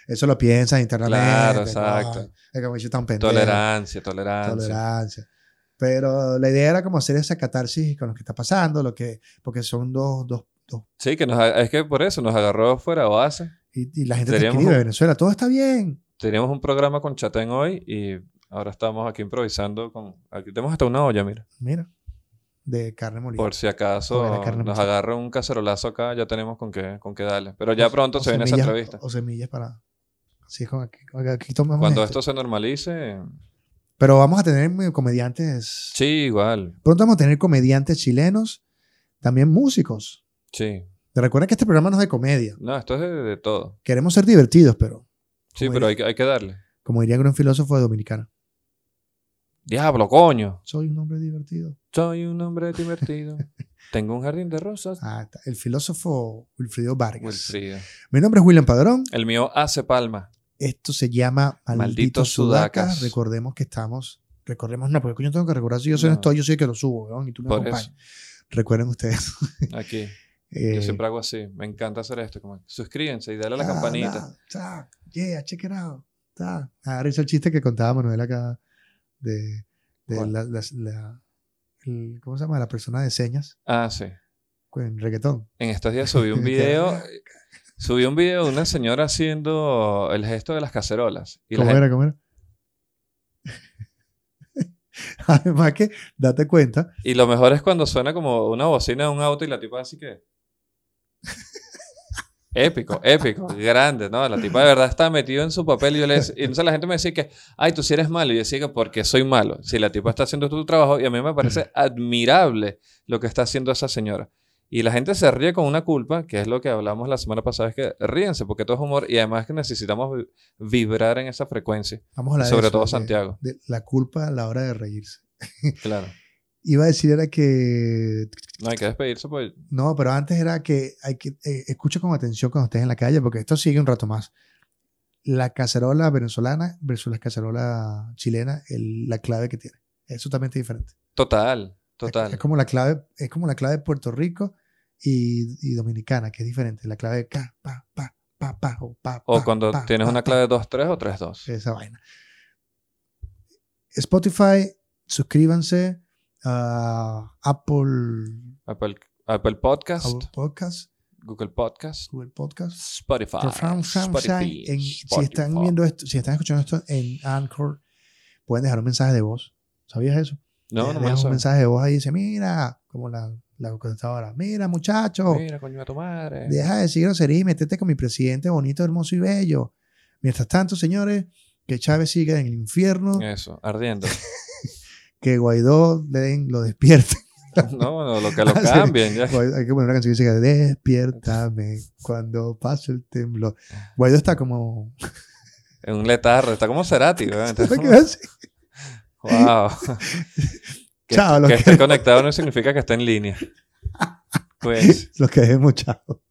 Speaker 2: Eso lo piensas internamente.
Speaker 1: Claro,
Speaker 2: ¿no?
Speaker 1: exacto.
Speaker 2: Es como yo tan pendejo.
Speaker 1: Tolerancia, tolerancia.
Speaker 2: Tolerancia. Pero la idea era como hacer esa catarsis con lo que está pasando, lo que, porque son dos, dos, dos
Speaker 1: Sí, que nos, a- es que por eso nos agarró fuera de base.
Speaker 2: y, y la gente te
Speaker 1: Seríamos
Speaker 2: escribe
Speaker 1: un-
Speaker 2: Venezuela, todo está bien,
Speaker 1: Teníamos un programa con Chatén hoy y ahora estamos aquí improvisando con... Aquí tenemos hasta una olla, mira.
Speaker 2: Mira, de carne molida.
Speaker 1: Por si
Speaker 2: Joder, la
Speaker 1: acaso
Speaker 2: carne
Speaker 1: nos
Speaker 2: mucha.
Speaker 1: agarra un cacerolazo acá, ya tenemos con qué, con qué darle. Pero ya
Speaker 2: O-
Speaker 1: pronto
Speaker 2: o
Speaker 1: se viene esa
Speaker 2: semillas-
Speaker 1: entrevista.
Speaker 2: O semillas para. Así es como aquí, como que aquí tomamos.
Speaker 1: Cuando
Speaker 2: esto.
Speaker 1: esto se normalice...
Speaker 2: Pero vamos a tener muy comediantes.
Speaker 1: Sí, igual.
Speaker 2: Pronto vamos a tener comediantes chilenos, también músicos.
Speaker 1: Sí.
Speaker 2: Te recuerda que este programa no es de comedia.
Speaker 1: No, esto es de, de todo.
Speaker 2: Queremos ser divertidos, pero
Speaker 1: Sí,
Speaker 2: Como
Speaker 1: pero
Speaker 2: diría-
Speaker 1: hay, que- hay que darle.
Speaker 2: como diría un gran filósofo de Dominicana,
Speaker 1: Diablo, coño.
Speaker 2: soy un hombre divertido.
Speaker 1: Soy un hombre divertido.
Speaker 2: (laughs)
Speaker 1: Tengo un jardín de rosas.
Speaker 2: Ah, está. El filósofo Wilfrido Vargas.
Speaker 1: Wilfrido.
Speaker 2: Mi nombre es William Padrón.
Speaker 1: El mío hace palma.
Speaker 2: Esto se llama Maldito,
Speaker 1: Maldito
Speaker 2: Sudaca.
Speaker 1: Sudacas.
Speaker 2: Recordemos que estamos. Recordemos, no, porque yo tengo que recordar. Si yo soy
Speaker 1: No.
Speaker 2: esto, yo soy el que lo subo, weón, y tú me
Speaker 1: Por eso.
Speaker 2: acompañas. Recuerden ustedes. (laughs)
Speaker 1: Aquí.
Speaker 2: eh,
Speaker 1: Yo siempre hago así. Me encanta hacer esto. Como, suscríbanse y dale a la
Speaker 2: ta,
Speaker 1: campanita.
Speaker 2: ta, ta, yeah, check it out. ta. Ah, risa el chiste que contaba Manuel acá de, de
Speaker 1: ¿Cuál?
Speaker 2: la, las- la- el- ¿cómo se llama? La persona de señas
Speaker 1: Ah, sí.
Speaker 2: en reggaetón. (laughs)
Speaker 1: En estos días subí un video Subí un video de una señora haciendo el gesto de las cacerolas. Y la
Speaker 2: ¿Cómo
Speaker 1: gente-
Speaker 2: era? (laughs) ¿Cómo era? Además que, date cuenta,
Speaker 1: Y lo mejor es cuando suena como una bocina de un auto y la tipa así que... épico, épico, grande, ¿no? La tipa de verdad está metida en su papel y yo le decía- y entonces la gente me decía que, ay, tú sí eres malo. Y yo decía que, porque soy malo? Si la tipa está haciendo tu trabajo y a mí me parece admirable lo que está haciendo esa señora. Y la gente se ríe con una culpa, que es lo que hablamos la semana pasada, es que ríense porque todo es humor y además que necesitamos vi- vibrar en esa frecuencia,
Speaker 2: vamos a hablar de
Speaker 1: sobre
Speaker 2: eso,
Speaker 1: todo
Speaker 2: de-
Speaker 1: Santiago.
Speaker 2: de la culpa a la hora de reírse.
Speaker 1: Claro.
Speaker 2: Iba a decir era que
Speaker 1: No hay que despedirse, pues
Speaker 2: No, pero antes era que, hay que eh, escucha con atención cuando estés en la calle, porque esto sigue un rato más. La cacerola venezolana versus la cacerola chilena, el- la clave que tiene. Es totalmente diferente.
Speaker 1: total,
Speaker 2: Es-
Speaker 1: total.
Speaker 2: Es, como la clave, es como la clave de Puerto Rico y, y dominicana, que es diferente. La clave de ca, pa, pa, pa, pa, o pa,
Speaker 1: O
Speaker 2: pa,
Speaker 1: cuando
Speaker 2: pa,
Speaker 1: tienes
Speaker 2: pa,
Speaker 1: una
Speaker 2: pa,
Speaker 1: clave 2-3 o 3-2.
Speaker 2: esa vaina. Spotify, suscríbanse a Apple,
Speaker 1: Apple, Apple Podcast,
Speaker 2: Apple Podcast,
Speaker 1: Google Podcast,
Speaker 2: Google Podcast.
Speaker 1: Spotify.
Speaker 2: Pero Fran- Fran-
Speaker 1: Spotify,
Speaker 2: Fran- en- si
Speaker 1: Spotify.
Speaker 2: están viendo esto, si están escuchando esto en Anchor, pueden dejar un mensaje de voz. ¿Sabías eso?
Speaker 1: No,
Speaker 2: Eh,
Speaker 1: no me
Speaker 2: dejas
Speaker 1: lo
Speaker 2: un
Speaker 1: sabes.
Speaker 2: mensaje de voz ahí y dice, mira, como la, la contestadora, mira muchacho,
Speaker 1: Mira, coño, a tu madre.
Speaker 2: deja de decir grosería y métete con mi presidente bonito, hermoso y bello. Mientras tanto, señores, que Chávez siga en el infierno,
Speaker 1: Eso,
Speaker 2: (laughs)
Speaker 1: ardiendo.
Speaker 2: que Guaidó le den, lo
Speaker 1: (laughs)
Speaker 2: despierte.
Speaker 1: no, bueno, lo que lo
Speaker 2: Ah, Sí.
Speaker 1: cambien. ya.
Speaker 2: Guaidó- Hay que poner una canción que dice, despiértame cuando pase el temblor. Guaidó está como...
Speaker 1: En un letarro. Está como Cerati. ¿verdad? Está
Speaker 2: ¿Sabes (laughs) qué
Speaker 1: como-
Speaker 2: va a decir?
Speaker 1: wow. (laughs) que
Speaker 2: Chao, los (laughs)
Speaker 1: que esté conectado no significa que esté en línea. Pues,
Speaker 2: Los que dejemos, chao.